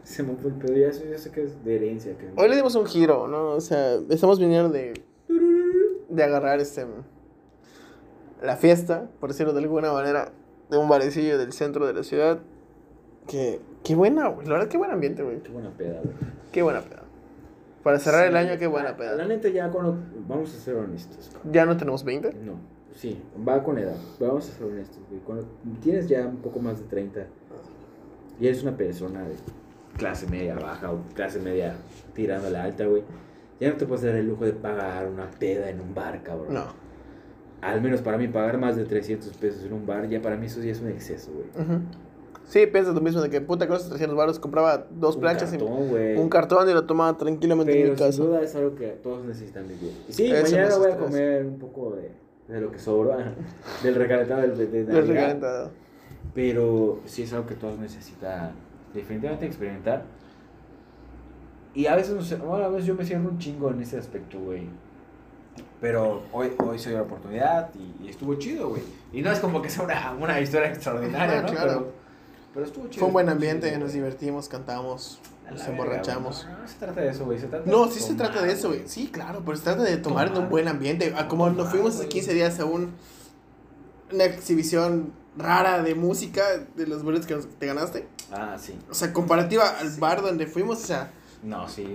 [SPEAKER 3] Se me fue el pedo, ya, eso ya sé que es de herencia. Que...
[SPEAKER 2] Hoy le dimos un giro, ¿no? O sea, estamos viniendo de de agarrar este la fiesta, por decirlo de alguna manera, de un barecillo del centro de la ciudad. Que, qué buena, güey. La verdad, qué buen ambiente, güey.
[SPEAKER 3] Qué buena peda, güey.
[SPEAKER 2] Qué buena peda. Para cerrar el
[SPEAKER 3] Sí,
[SPEAKER 2] año, qué
[SPEAKER 3] la-
[SPEAKER 2] buena
[SPEAKER 3] La
[SPEAKER 2] peda.
[SPEAKER 3] neta, ya cuando. Vamos a ser honestos, cabrón.
[SPEAKER 2] Ya no tenemos 20.
[SPEAKER 3] No, sí, va con edad. Vamos a ser honestos, güey. Cuando tienes ya un poco más de 30 y eres una persona de clase media baja o clase media tirando a la alta, güey, ya no te puedes dar el lujo de pagar una peda en un bar, cabrón.
[SPEAKER 2] No.
[SPEAKER 3] Al menos para mí, pagar más de 300 pesos en un bar, ya para mí eso ya es un exceso, güey.
[SPEAKER 2] Ujú. Sí, piensas lo mismo de que puta que los 300 baros compraba dos
[SPEAKER 3] Un
[SPEAKER 2] planchas y
[SPEAKER 3] cartón, güey.
[SPEAKER 2] un cartón y lo tomaba tranquilamente en
[SPEAKER 3] Pero
[SPEAKER 2] mi
[SPEAKER 3] sin
[SPEAKER 2] casa.
[SPEAKER 3] duda es algo que todos necesitan vivir. Y sí,
[SPEAKER 2] Eso
[SPEAKER 3] mañana
[SPEAKER 2] no es
[SPEAKER 3] voy a
[SPEAKER 2] estrés.
[SPEAKER 3] comer un poco de, de lo que sobra, del recalentado del, de, de
[SPEAKER 2] Yo soy
[SPEAKER 3] Navidad.
[SPEAKER 2] calentado.
[SPEAKER 3] pero sí es algo que todos necesitan definitivamente experimentar. Y a veces, no sé, bueno, a veces yo me cierro un chingo en ese aspecto, güey. Pero hoy, hoy se dio la oportunidad y, y estuvo chido, güey. Y no es como que sea una, una historia extraordinaria,
[SPEAKER 2] Ah,
[SPEAKER 3] ¿no?
[SPEAKER 2] claro.
[SPEAKER 3] Pero, pero estuvo chido.
[SPEAKER 2] Fue un buen
[SPEAKER 3] estuvo
[SPEAKER 2] ambiente,
[SPEAKER 3] chido,
[SPEAKER 2] nos
[SPEAKER 3] güey.
[SPEAKER 2] divertimos, cantamos,
[SPEAKER 3] A la
[SPEAKER 2] nos
[SPEAKER 3] verga,
[SPEAKER 2] emborrachamos.
[SPEAKER 3] güey. No, no se trata de eso, güey. Se trata
[SPEAKER 2] No,
[SPEAKER 3] de
[SPEAKER 2] sí se
[SPEAKER 3] tomar,
[SPEAKER 2] trata de eso, güey. Sí, claro, pero se trata de tomar en un
[SPEAKER 3] Tomar.
[SPEAKER 2] buen ambiente. Ah, Como nos
[SPEAKER 3] Tomar,
[SPEAKER 2] fuimos hace
[SPEAKER 3] güey.
[SPEAKER 2] 15 días a un, una exhibición rara de música de los boletos que nos- te ganaste.
[SPEAKER 3] Ah, sí.
[SPEAKER 2] O sea, comparativa al bar donde fuimos, o sea,
[SPEAKER 3] No, sí.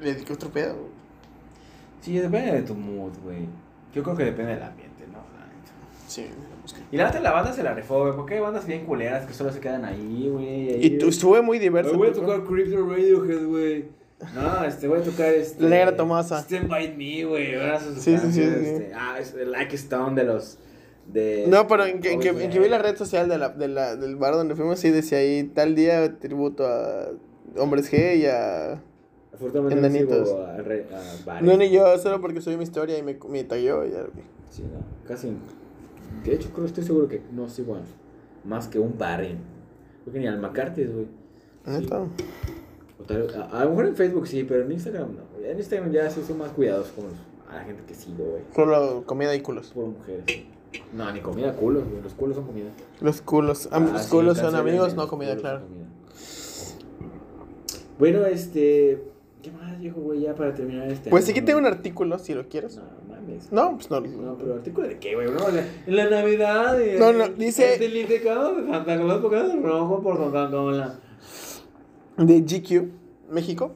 [SPEAKER 2] le dediqué otro pedo. güey.
[SPEAKER 3] Sí, depende de tu mood, güey. Yo creo que depende del ambiente, ¿no? La neta.
[SPEAKER 2] Sí.
[SPEAKER 3] Y la neta, la banda se la rifó, güey. Porque hay bandas bien culeras que solo se quedan ahí, güey. ahí,
[SPEAKER 2] Y tú,
[SPEAKER 3] güey.
[SPEAKER 2] estuve muy diverso.
[SPEAKER 3] Hoy voy a
[SPEAKER 2] tocó.
[SPEAKER 3] tocar Crypto Radiohead, güey. No, este, voy a tocar este.
[SPEAKER 2] La negra Tomasa.
[SPEAKER 3] Stand by me, güey. ¿verdad? Sus
[SPEAKER 2] Sí, sí, sí,
[SPEAKER 3] canciones,
[SPEAKER 2] sí.
[SPEAKER 3] este, Ah, es el Like Stone de los. De,
[SPEAKER 2] No, pero en que, en que-
[SPEAKER 3] Obvio,
[SPEAKER 2] en que vi la
[SPEAKER 3] güey.
[SPEAKER 2] red social de la- de la- del bar donde fuimos, sí decía ahí tal día tributo a Hombres G y a.
[SPEAKER 3] Afortunadamente no
[SPEAKER 2] Enanitos.
[SPEAKER 3] sigo a, re- a bares.
[SPEAKER 2] No ni yo, solo porque subí mi historia y me, me tagueó y ya lo vi.
[SPEAKER 3] Sí, no, casi. De hecho, creo, estoy seguro que no sigo a más que un barren. Creo que ni al McCarthy's, güey.
[SPEAKER 2] ¿Neta?
[SPEAKER 3] O tal- a, a lo mejor en Facebook sí, pero en Instagram no. En Instagram ya sí soy más cuidadoso con los- a la gente que sigo, güey.
[SPEAKER 2] Solo comida y culos.
[SPEAKER 3] Por mujeres. No, ni comida, culos, güey. Los culos son comida.
[SPEAKER 2] Los culos. Am-
[SPEAKER 3] Ah,
[SPEAKER 2] pues, los
[SPEAKER 3] sí,
[SPEAKER 2] culos son
[SPEAKER 3] cáncer,
[SPEAKER 2] amigos,
[SPEAKER 3] eh,
[SPEAKER 2] no
[SPEAKER 3] los
[SPEAKER 2] comida,
[SPEAKER 3] culos
[SPEAKER 2] claro.
[SPEAKER 3] son comida. Bueno, este. ¿Qué más, viejo, güey? Ya para terminar este.
[SPEAKER 2] Pues
[SPEAKER 3] año,
[SPEAKER 2] aquí
[SPEAKER 3] ¿no?
[SPEAKER 2] tengo un artículo si lo quieres.
[SPEAKER 3] No mames.
[SPEAKER 2] No, pues no.
[SPEAKER 3] No, pero artículo de qué, güey. No, o sea, en la Navidad. eh,
[SPEAKER 2] No, no, dice-
[SPEAKER 3] El significado de Santa Claus porque es rojo por Coca-Cola.
[SPEAKER 2] De GQ, México.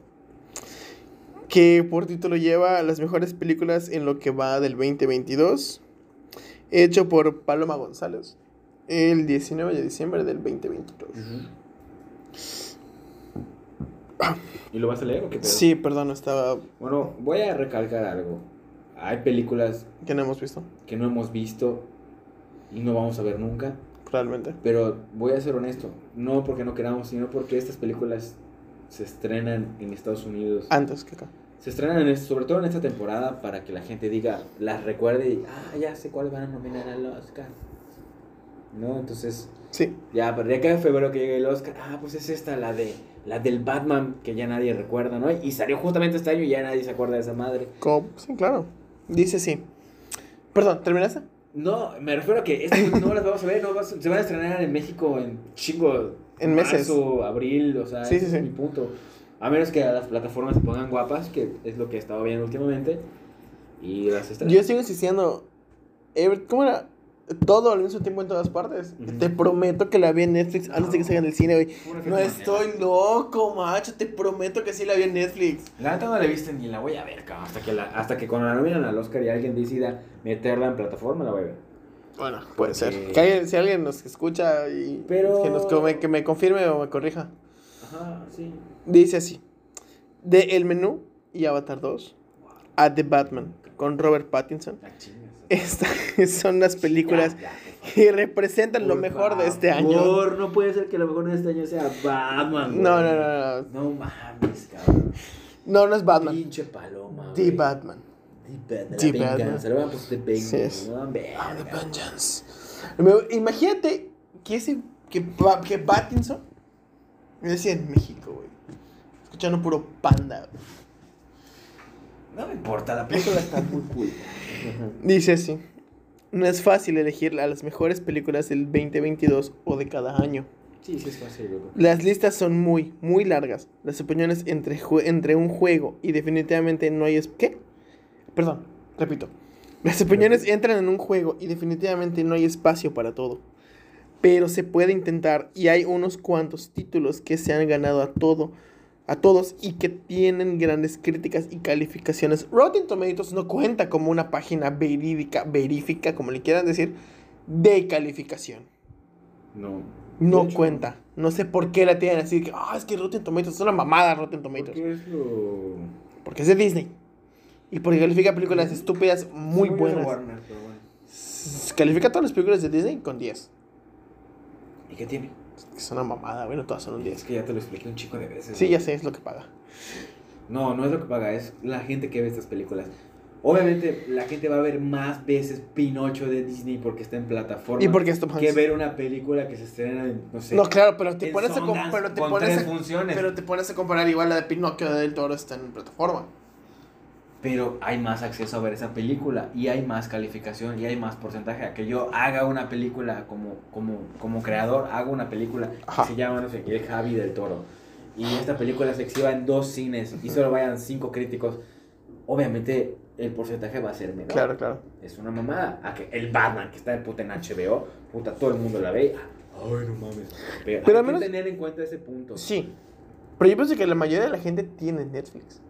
[SPEAKER 2] Que por título lleva las mejores películas en lo que va del 2022. Hecho por Paloma González. El 19 de diciembre del 2022.
[SPEAKER 3] ¿Y lo vas a leer o qué pedo?
[SPEAKER 2] Sí, perdón, estaba.
[SPEAKER 3] Bueno, voy a recalcar algo. Hay películas
[SPEAKER 2] que no hemos visto,
[SPEAKER 3] que no hemos visto y no vamos a ver nunca.
[SPEAKER 2] realmente.
[SPEAKER 3] Pero voy a ser honesto, no porque no queramos, sino porque estas películas se estrenan en Estados Unidos.
[SPEAKER 2] Antes que acá.
[SPEAKER 3] Se estrenan en este- sobre todo en esta temporada para que la gente diga, las recuerde y, ah, ya sé cuáles van a nominar al Oscar. ¿No? Entonces,
[SPEAKER 2] Sí.
[SPEAKER 3] ya, pero ya que en febrero que llegue el Oscar, ah, pues es esta, la de la del Batman, que ya nadie recuerda, ¿no? Y salió justamente este año y ya nadie se acuerda de esa madre.
[SPEAKER 2] Como, sí, claro. Dice sí. Perdón, ¿terminaste?
[SPEAKER 3] No, me refiero a que estas no las vamos a ver, no vas- se van a estrenar en México en chingo.
[SPEAKER 2] En meses.
[SPEAKER 3] Marzo, abril, o sea,
[SPEAKER 2] Sí,
[SPEAKER 3] ese
[SPEAKER 2] sí,
[SPEAKER 3] es
[SPEAKER 2] sí.
[SPEAKER 3] mi punto. A menos que las plataformas se pongan guapas, que es lo que he estado viendo últimamente. Y las estrenan.
[SPEAKER 2] Yo sigo insistiendo. Everett, ¿Cómo era? Todo al mismo tiempo en todas partes.
[SPEAKER 3] Ujú.
[SPEAKER 2] Te prometo que la vi en Netflix antes de que salga en el cine, güey.
[SPEAKER 3] Pura
[SPEAKER 2] No
[SPEAKER 3] gente
[SPEAKER 2] estoy loco, macho. Te prometo que sí la vi en Netflix.
[SPEAKER 3] La neta no la he visto ni la voy a ver, cabrón. Hasta que, la, hasta que cuando la nominan al Oscar y alguien decida meterla en plataforma, la voy a ver.
[SPEAKER 2] Bueno, puede
[SPEAKER 3] Sí.
[SPEAKER 2] ser. Que alguien- si alguien nos escucha y
[SPEAKER 3] Pero-
[SPEAKER 2] que, nos, que, me, que me confirme o me corrija.
[SPEAKER 3] Ajá, sí.
[SPEAKER 2] Dice así: De El Menú y Avatar 2 a The Batman con Robert Pattinson.
[SPEAKER 3] La chingas.
[SPEAKER 2] Estas son las películas
[SPEAKER 3] Ya, ya, por favor.
[SPEAKER 2] que representan lo
[SPEAKER 3] Por
[SPEAKER 2] mejor de este año.
[SPEAKER 3] favor, no puede ser que lo mejor de este año sea Batman. güey.
[SPEAKER 2] No, no, no, no.
[SPEAKER 3] No mames, cabrón.
[SPEAKER 2] No, no es Batman.
[SPEAKER 3] Pinche paloma.
[SPEAKER 2] The
[SPEAKER 3] güey.
[SPEAKER 2] Batman.
[SPEAKER 3] The
[SPEAKER 2] The
[SPEAKER 3] Batman. The Batman.
[SPEAKER 2] Batman.
[SPEAKER 3] Se lo van a poner The
[SPEAKER 2] Sí es.
[SPEAKER 3] Batman.
[SPEAKER 2] Ah, the
[SPEAKER 3] verga.
[SPEAKER 2] Vengeance. Me- Imagínate que ese que, Pa- que Pattinson me decía en México, güey. Escuchando puro panda. güey.
[SPEAKER 3] No me importa, la película está muy cool.
[SPEAKER 2] Dice así. No es fácil elegir a las mejores películas del 2022 o de cada año.
[SPEAKER 3] Sí, sí es fácil, loco.
[SPEAKER 2] Las listas son muy, muy largas. Las opiniones entre, jue- entre un juego y definitivamente no hay... es- ¿Qué? Perdón, repito. Las opiniones entran en un juego y definitivamente no hay espacio para todo. Pero se puede intentar y hay unos cuantos títulos que se han ganado a todo, a todos y que tienen grandes críticas y calificaciones. Rotten Tomatoes no cuenta como una página verídica, verifica, como le quieran decir, de calificación.
[SPEAKER 3] No.
[SPEAKER 2] No
[SPEAKER 3] De hecho,
[SPEAKER 2] cuenta. No sé por qué la tienen así. Que, ah, es que Rotten Tomatoes es una mamada Rotten Tomatoes.
[SPEAKER 3] Porque es lo.
[SPEAKER 2] Porque es de Disney. Y porque califica películas estúpidas muy
[SPEAKER 3] Sí,
[SPEAKER 2] buenas.
[SPEAKER 3] de Warner, pero bueno.
[SPEAKER 2] S- Califica todas las películas de Disney con 10.
[SPEAKER 3] ¿Y qué tiene?
[SPEAKER 2] Es que Es una mamada, bueno, todas son un
[SPEAKER 3] Es
[SPEAKER 2] 10.
[SPEAKER 3] que ya te lo expliqué un chico de veces.
[SPEAKER 2] Sí,
[SPEAKER 3] güey.
[SPEAKER 2] ya sé, es lo que paga.
[SPEAKER 3] No, no es lo que paga, es la gente que ve estas películas. Obviamente, la gente va a ver más veces Pinocho de Disney porque está en plataforma.
[SPEAKER 2] Y porque es Tom Hanks.
[SPEAKER 3] que ver una película que se estrena en, no sé.
[SPEAKER 2] No, claro, pero te
[SPEAKER 3] en
[SPEAKER 2] pones a com-
[SPEAKER 3] Sundance
[SPEAKER 2] pero te
[SPEAKER 3] con
[SPEAKER 2] pones
[SPEAKER 3] tres
[SPEAKER 2] a-
[SPEAKER 3] funciones.
[SPEAKER 2] Pero
[SPEAKER 3] Pero,
[SPEAKER 2] te pones a comparar igual la de Pinocchio del Toro está en plataforma.
[SPEAKER 3] hay más acceso a ver esa película y hay más calificación y hay más porcentaje. A que yo haga una película como, como, como creador, hago una película
[SPEAKER 2] Ajá.
[SPEAKER 3] que se llama, no sé, El Javi del Toro. Y esta película se exhiba en dos cines y solo vayan cinco críticos. Obviamente, el porcentaje va a ser menor.
[SPEAKER 2] Claro, claro.
[SPEAKER 3] Es una mamada. A que el Batman que está de puta en HBO, puta, todo el mundo la ve. y, Ay, no mames. Pero,
[SPEAKER 2] Pero
[SPEAKER 3] hay
[SPEAKER 2] al menos-
[SPEAKER 3] que tener en cuenta ese punto.
[SPEAKER 2] Sí. Pero yo pienso que la mayoría de la gente tiene Netflix.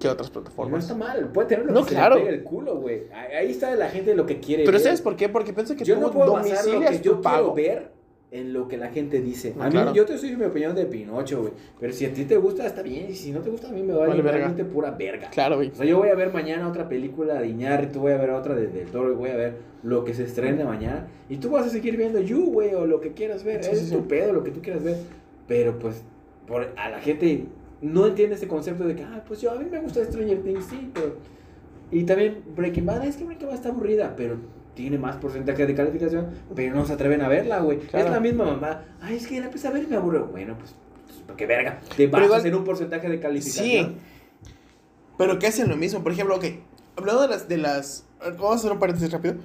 [SPEAKER 2] que otras
[SPEAKER 3] Y No
[SPEAKER 2] plataformas.
[SPEAKER 3] está mal, puede tener lo
[SPEAKER 2] No,
[SPEAKER 3] que se le
[SPEAKER 2] claro.
[SPEAKER 3] pegue el culo, güey. Ahí ahí está la gente lo que quiere
[SPEAKER 2] Pero
[SPEAKER 3] ver.
[SPEAKER 2] ¿sabes por qué? Porque pienso que
[SPEAKER 3] yo
[SPEAKER 2] tú
[SPEAKER 3] no puedo basar lo que
[SPEAKER 2] domicilias
[SPEAKER 3] yo
[SPEAKER 2] tu
[SPEAKER 3] quiero
[SPEAKER 2] pago.
[SPEAKER 3] ver en lo que la gente dice.
[SPEAKER 2] No,
[SPEAKER 3] A mí,
[SPEAKER 2] claro.
[SPEAKER 3] yo te soy mi opinión de Pinocho, güey. Pero si a ti te gusta, está bien. Y si no te gusta, a mí me vale
[SPEAKER 2] Vale, verga.
[SPEAKER 3] realmente pura verga.
[SPEAKER 2] Claro, güey.
[SPEAKER 3] O sea, yo voy a ver mañana otra película de Iñárritu, voy a ver otra de Del Toro, y voy a ver lo que se estrene mañana. Y tú vas a seguir viendo You, güey, o lo que quieras ver.
[SPEAKER 2] Sí,
[SPEAKER 3] es
[SPEAKER 2] sí, sí.
[SPEAKER 3] tu pedo, lo que tú quieras ver. Pero pues, por, a la gente no entiende ese concepto de que, ah, pues yo a mí me gusta Stranger Things, sí, pero. Y también Breaking Bad, es que Breaking Bad está aburrida, pero tiene más porcentaje de calificación, pero no se atreven a verla, güey.
[SPEAKER 2] Claro.
[SPEAKER 3] Es la misma mamá. Ay, es que la empecé a ver y me aburrió. Bueno, pues, pues, qué verga. Te basas
[SPEAKER 2] igual-
[SPEAKER 3] en un porcentaje de calificación.
[SPEAKER 2] Sí. Pero que hacen lo mismo. Por ejemplo, ok. Hablando de las. De las vamos a hacer un paréntesis rápido.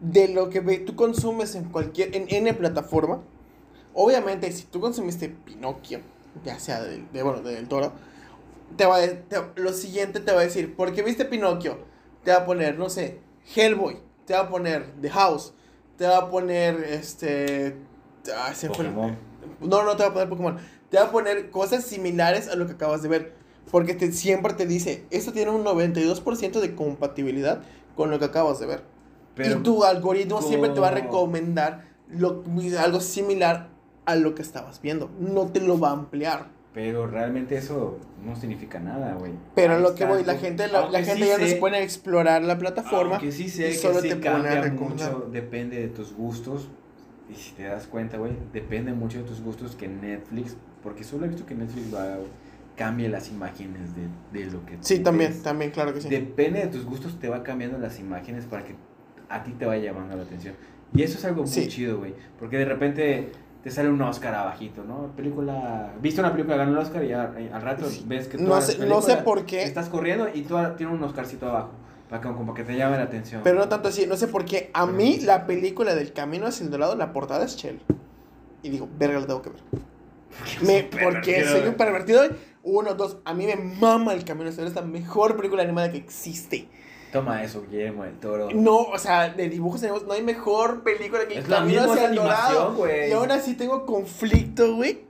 [SPEAKER 2] De lo que ve- tú consumes en cualquier. En N plataforma. Obviamente, si tú consumiste Pinocchio. Ya sea del- de, bueno, de del toro. Te va a de- te- lo siguiente te va a decir. Porque viste Pinocchio. Te va a poner, no sé. Hellboy. Te va a poner The House. Te va a poner este. ah, se fue el-
[SPEAKER 3] Pokémon.
[SPEAKER 2] no, no te va a poner Pokémon. Te va a poner cosas similares a lo que acabas de ver. Porque te- siempre te dice, esto tiene un 92% de compatibilidad con lo que acabas de ver. y tu algoritmo siempre te va a
[SPEAKER 3] co-
[SPEAKER 2] recomendar lo, algo similar a lo que estabas viendo. No te lo va a ampliar.
[SPEAKER 3] Pero realmente eso no significa nada, güey.
[SPEAKER 2] Pero a
[SPEAKER 3] Ahí
[SPEAKER 2] lo
[SPEAKER 3] está,
[SPEAKER 2] que voy, la
[SPEAKER 3] tú-
[SPEAKER 2] gente, la, la
[SPEAKER 3] aunque
[SPEAKER 2] gente
[SPEAKER 3] sí
[SPEAKER 2] ya no
[SPEAKER 3] sé-
[SPEAKER 2] se pone a explorar la plataforma.
[SPEAKER 3] Aunque sí sé
[SPEAKER 2] y
[SPEAKER 3] que
[SPEAKER 2] solo
[SPEAKER 3] sí
[SPEAKER 2] te pone a
[SPEAKER 3] cambia
[SPEAKER 2] recomendar.
[SPEAKER 3] mucho, depende de tus gustos. Y si te das cuenta, güey, depende mucho de tus gustos que Netflix, porque solo he visto que Netflix lo haga, güey, cambie las imágenes de, de lo que
[SPEAKER 2] Sí,
[SPEAKER 3] tú
[SPEAKER 2] también,
[SPEAKER 3] ves.
[SPEAKER 2] también, claro que sí.
[SPEAKER 3] Depende de tus gustos, te va cambiando las imágenes para que a ti te vaya llamando la atención. Y eso es algo muy
[SPEAKER 2] Sí.
[SPEAKER 3] chido, güey. Porque de repente te sale un Oscar abajito, ¿no? Película... Viste una película, ganó el Oscar y a- al rato ves que
[SPEAKER 2] No
[SPEAKER 3] todas
[SPEAKER 2] sé,
[SPEAKER 3] las
[SPEAKER 2] no sé
[SPEAKER 3] películas
[SPEAKER 2] por qué,
[SPEAKER 3] Estás corriendo y tú tienes un Oscarcito abajo. Para que, como para que te llame la atención.
[SPEAKER 2] pero no tanto así, no sé por qué. A
[SPEAKER 3] Pero-
[SPEAKER 2] mí la película del Camino hacia el Dorado, la portada es Shell. Y digo, verga, la tengo que ver. Me- porque soy un pervertido. Uno, dos, a mí me mama el Camino hacia el Dorado, es la mejor película animada que existe.
[SPEAKER 3] Toma eso, Guillermo del Toro.
[SPEAKER 2] No, o sea, de dibujos animados no hay mejor película que el
[SPEAKER 3] es la
[SPEAKER 2] Camino
[SPEAKER 3] misma
[SPEAKER 2] hacia el Dorado.
[SPEAKER 3] animación, güey.
[SPEAKER 2] Y aún así tengo conflicto, güey.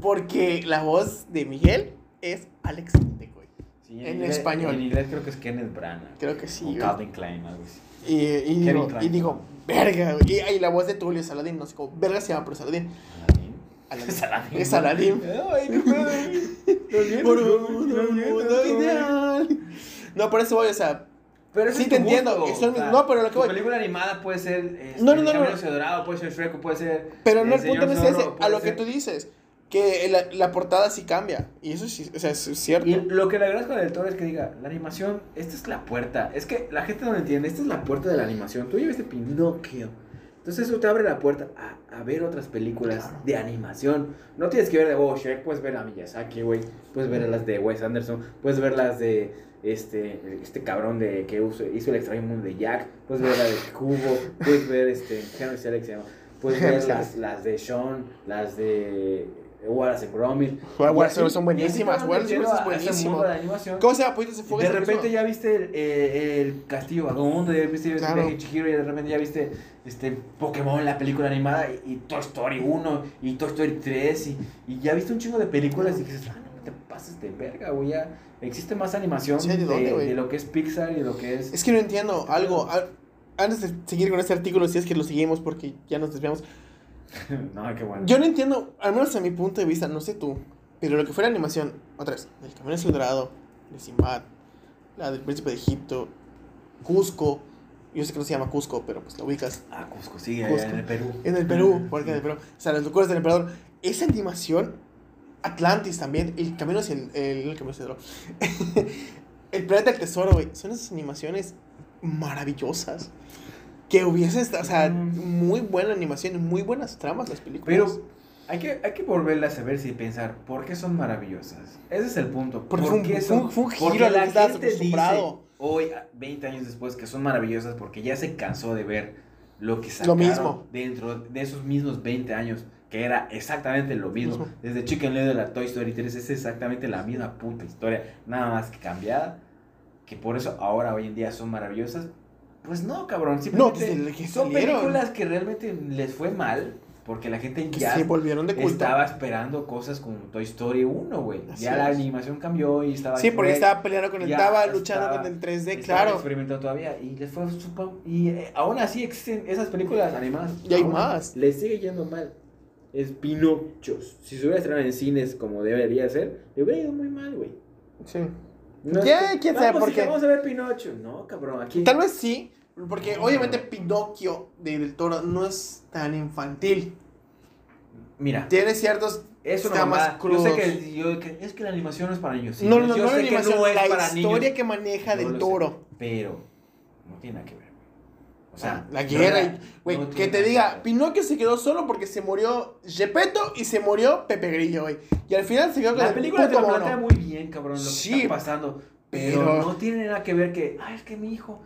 [SPEAKER 2] Porque la voz de Miguel es Alex Intec, güey.
[SPEAKER 3] Sí,
[SPEAKER 2] en
[SPEAKER 3] inglés-
[SPEAKER 2] español.
[SPEAKER 3] En inglés creo que es Kenneth Branagh.
[SPEAKER 2] Creo que sí,
[SPEAKER 3] O
[SPEAKER 2] güey.
[SPEAKER 3] Calvin Klein, algo así.
[SPEAKER 2] Y, y
[SPEAKER 3] Kevin
[SPEAKER 2] digo,
[SPEAKER 3] Klein.
[SPEAKER 2] y digo, verga, güey. Y, y la voz de Tulio Saladín, no sé cómo, verga se llama, pero Saladín.
[SPEAKER 3] Aladdin.
[SPEAKER 2] Aladín.
[SPEAKER 3] Es Aladdin.
[SPEAKER 2] Es Aladdin.
[SPEAKER 3] Ay, no mames. Lo siento,
[SPEAKER 2] Por
[SPEAKER 3] güey,
[SPEAKER 2] un
[SPEAKER 3] lo siento,
[SPEAKER 2] mundo
[SPEAKER 3] güey.
[SPEAKER 2] ideal. No, por eso voy, o sea,
[SPEAKER 3] Pero eso
[SPEAKER 2] Sí,
[SPEAKER 3] es
[SPEAKER 2] te
[SPEAKER 3] tu
[SPEAKER 2] entiendo,
[SPEAKER 3] gusto,
[SPEAKER 2] eso es mi- no, pero lo que
[SPEAKER 3] tu
[SPEAKER 2] voy-
[SPEAKER 3] película animada puede ser. este,
[SPEAKER 2] No, no, no,
[SPEAKER 3] El Camino
[SPEAKER 2] no.
[SPEAKER 3] hacia Dorado, puede ser Shrek, puede ser.
[SPEAKER 2] pero no
[SPEAKER 3] El
[SPEAKER 2] el punto no
[SPEAKER 3] señor
[SPEAKER 2] es
[SPEAKER 3] Zorro,
[SPEAKER 2] ese, a
[SPEAKER 3] puede
[SPEAKER 2] lo que
[SPEAKER 3] ser.
[SPEAKER 2] tú dices, que la, la portada sí cambia, y eso sí, o sea, eso es cierto.
[SPEAKER 3] Y lo que le agradezco a Del Toro es que diga, la animación, esta es la puerta. Es que la gente no lo entiende, esta es la puerta de la animación. Tú ya viste Pinocchio. Entonces eso te abre la puerta a, a ver otras películas
[SPEAKER 2] Claro.
[SPEAKER 3] de animación. No tienes que ver de Bob Shrek, puedes ver a Miyazaki, güey. Puedes ver las de Wes Anderson, puedes ver las de este, este cabrón de que uso- hizo el extraño mundo de Jack, puedes ver la de Cubo, puedes ver este Henry Selick se llama. Puedes ver las, las de Sean, las de Wallace and Gromit.
[SPEAKER 2] Güey, Wallace
[SPEAKER 3] Y así-
[SPEAKER 2] son
[SPEAKER 3] y así
[SPEAKER 2] buenísimas,
[SPEAKER 3] te van
[SPEAKER 2] Wallace and
[SPEAKER 3] metiendo
[SPEAKER 2] Gromit es
[SPEAKER 3] a ese
[SPEAKER 2] buenísimo.
[SPEAKER 3] mundo de animación.
[SPEAKER 2] ¿Cómo se llama? Pollitos en Fuga?
[SPEAKER 3] De
[SPEAKER 2] es el
[SPEAKER 3] repente
[SPEAKER 2] mismo.
[SPEAKER 3] ya viste el, eh, el castillo vagabundo, ya viste el
[SPEAKER 2] Claro.
[SPEAKER 3] viaje de Chihiro, y de repente ya viste este Pokémon, la película animada, y, y Toy Story 1, y Toy Story 3, y, y ya viste un chingo de películas y dices, ah, no te pases de verga, güey, ya existe más animación
[SPEAKER 2] Sí, ¿de
[SPEAKER 3] de,
[SPEAKER 2] dónde, güey?
[SPEAKER 3] de lo que es Pixar y de lo que es...
[SPEAKER 2] Es que no entiendo algo, a- antes de seguir con este artículo, si es que lo seguimos porque ya nos desviamos.
[SPEAKER 3] no, qué bueno.
[SPEAKER 2] Yo no entiendo, al menos a mi punto de vista, no sé tú, pero lo que fue la animación, otra vez, del Camino hacia el Dorado, de Sinbad, la del Príncipe de Egipto, Cusco, yo sé que no se llama Cusco, pero pues la ubicas,
[SPEAKER 3] Ah, Cusco, sí, allá
[SPEAKER 2] Cusco.
[SPEAKER 3] en el Perú.
[SPEAKER 2] en el Perú,
[SPEAKER 3] Mm.
[SPEAKER 2] porque en el Perú, o sea, las locuras del emperador, esa animación, Atlantis también, el Camino hacia el, el, el Camino hacia el Dorado, el Planeta del Tesoro, güey, son esas animaciones maravillosas. Que hubiese estado, o sea,
[SPEAKER 3] Mm.
[SPEAKER 2] muy buena animación, muy buenas tramas las películas.
[SPEAKER 3] Pero hay que, hay que volverlas a ver y pensar por qué son maravillosas. Ese es el punto.
[SPEAKER 2] Porque
[SPEAKER 3] ¿Por
[SPEAKER 2] fue un-
[SPEAKER 3] qué
[SPEAKER 2] fue un- fue un giro a lo que estabas acostumbrado.
[SPEAKER 3] hoy, a- 20 años después, que son maravillosas porque ya se cansó de ver lo que
[SPEAKER 2] Lo
[SPEAKER 3] sacaron
[SPEAKER 2] mismo.
[SPEAKER 3] dentro de esos mismos 20 años, que era exactamente lo mismo.
[SPEAKER 2] Mismo.
[SPEAKER 3] Desde Chicken Little a Toy Story 3 es exactamente la misma puta historia, nada más que cambiada. Que por eso ahora, hoy en día, son maravillosas. Pues no, cabrón.
[SPEAKER 2] No,
[SPEAKER 3] Simplemente
[SPEAKER 2] desde el que
[SPEAKER 3] son
[SPEAKER 2] salieron.
[SPEAKER 3] películas que realmente les fue mal, Porque la gente
[SPEAKER 2] Que
[SPEAKER 3] ya
[SPEAKER 2] se volvieron de culto.
[SPEAKER 3] estaba esperando cosas como Toy Story 1, güey.
[SPEAKER 2] Así
[SPEAKER 3] Ya la
[SPEAKER 2] es.
[SPEAKER 3] animación cambió y estaba.
[SPEAKER 2] Sí, porque
[SPEAKER 3] Shrek,
[SPEAKER 2] estaba peleando con el
[SPEAKER 3] ya
[SPEAKER 2] Taba, luchando
[SPEAKER 3] estaba-
[SPEAKER 2] con el 3D,
[SPEAKER 3] estaba
[SPEAKER 2] claro.
[SPEAKER 3] experimentando todavía. Y les fue súper. Y eh, aún así existen esas películas animadas.
[SPEAKER 2] Y hay
[SPEAKER 3] Aún
[SPEAKER 2] más.
[SPEAKER 3] Les sigue yendo mal. Es Pinochos. Si se hubiera estrenado en cines como debería ser, le hubiera ido muy mal, güey.
[SPEAKER 2] Sí.
[SPEAKER 3] No es
[SPEAKER 2] Ya,
[SPEAKER 3] que-
[SPEAKER 2] quién sabe
[SPEAKER 3] vamos,
[SPEAKER 2] por
[SPEAKER 3] hija,
[SPEAKER 2] qué.
[SPEAKER 3] Vamos a ver Pinocho. No, cabrón, aquí.
[SPEAKER 2] Tal vez sí, porque obviamente Pinocchio de Del Toro no es tan infantil.
[SPEAKER 3] Mira,
[SPEAKER 2] Tiene ciertos
[SPEAKER 3] es una
[SPEAKER 2] temas
[SPEAKER 3] mamada. Yo
[SPEAKER 2] crudos.
[SPEAKER 3] sé que, yo- que- es que la animación no es para niños. sí,
[SPEAKER 2] no,
[SPEAKER 3] yo
[SPEAKER 2] no, no,
[SPEAKER 3] sé
[SPEAKER 2] la
[SPEAKER 3] que
[SPEAKER 2] animación,
[SPEAKER 3] no es
[SPEAKER 2] la
[SPEAKER 3] para niños.
[SPEAKER 2] historia que maneja
[SPEAKER 3] No
[SPEAKER 2] Del
[SPEAKER 3] lo
[SPEAKER 2] Toro.
[SPEAKER 3] sé, pero no tiene nada que ver. güey. O sea,
[SPEAKER 2] Ah, la guerra. y-
[SPEAKER 3] no,
[SPEAKER 2] Güey,
[SPEAKER 3] no
[SPEAKER 2] que
[SPEAKER 3] tiene
[SPEAKER 2] te
[SPEAKER 3] nada
[SPEAKER 2] diga,
[SPEAKER 3] que ver.
[SPEAKER 2] Pinocchio se quedó solo porque se murió Gepetto y se murió Pepe Grillo, güey. Y al final se quedó con
[SPEAKER 3] La
[SPEAKER 2] el
[SPEAKER 3] película te
[SPEAKER 2] puto
[SPEAKER 3] lo
[SPEAKER 2] mono.
[SPEAKER 3] plantea muy bien, cabrón, lo que
[SPEAKER 2] Sí,
[SPEAKER 3] está pasando. Pero,
[SPEAKER 2] pero-
[SPEAKER 3] no tiene nada que ver que, ay, es que mi hijo.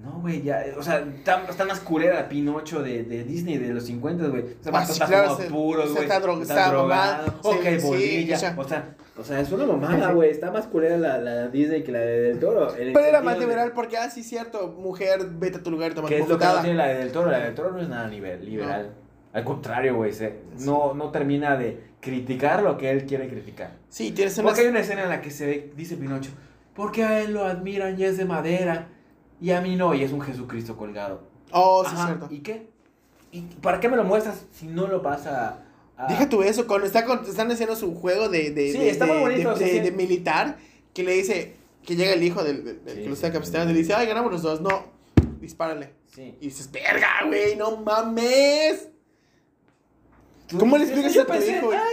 [SPEAKER 3] No, güey, ya. eh, O sea, está, está más culera la Pinocho de, de Disney de los 50, güey. O sea,
[SPEAKER 2] Ah, sí,
[SPEAKER 3] está
[SPEAKER 2] claro,
[SPEAKER 3] fumando
[SPEAKER 2] se-
[SPEAKER 3] puros,
[SPEAKER 2] se
[SPEAKER 3] güey.
[SPEAKER 2] está dro- está mamada,
[SPEAKER 3] O
[SPEAKER 2] sí,
[SPEAKER 3] que hay
[SPEAKER 2] sí,
[SPEAKER 3] bolilla.
[SPEAKER 2] o sea-
[SPEAKER 3] o, sea, o sea, es una mamada, güey. Está más culera la, la Disney que la de Del Toro. en el
[SPEAKER 2] Pero era
[SPEAKER 3] sentido
[SPEAKER 2] más
[SPEAKER 3] de-
[SPEAKER 2] liberal porque, ah, sí, cierto, mujer, vete a tu lugar, toma tu
[SPEAKER 3] que es lo que no
[SPEAKER 2] bofetada.
[SPEAKER 3] tiene la de Del Toro. La de Del Toro no es nada nivel, liberal. Al contrario, güey. se- No, no termina de criticar lo que él quiere criticar.
[SPEAKER 2] Sí, tienes una...
[SPEAKER 3] Porque hay una escena en la que se ve, dice Pinocho, porque a él lo admiran y es de madera, y a mí no, y es un Jesucristo colgado.
[SPEAKER 2] Oh, sí,
[SPEAKER 3] Ajá,
[SPEAKER 2] cierto.
[SPEAKER 3] ¿Y qué? ¿Y para qué me lo muestras si no lo pasa a...
[SPEAKER 2] Deja tú eso, cuando está con- están haciendo su juego de, de,
[SPEAKER 3] Sí,
[SPEAKER 2] de-
[SPEAKER 3] está muy
[SPEAKER 2] de-
[SPEAKER 3] bonito,
[SPEAKER 2] de-
[SPEAKER 3] o sea,
[SPEAKER 2] de-
[SPEAKER 3] sí.
[SPEAKER 2] de militar, que le dice, que llega el hijo del, del- del
[SPEAKER 3] Sí,
[SPEAKER 2] que lo está
[SPEAKER 3] sí,
[SPEAKER 2] capacitando
[SPEAKER 3] sí.
[SPEAKER 2] y le dice, ay, ganamos los dos, no, dispárale.
[SPEAKER 3] Sí.
[SPEAKER 2] Y dices, verga, güey, no mames. ¿Cómo le explicas
[SPEAKER 3] Yo
[SPEAKER 2] a tu
[SPEAKER 3] pensé,
[SPEAKER 2] hijo, güey?
[SPEAKER 3] "Ah,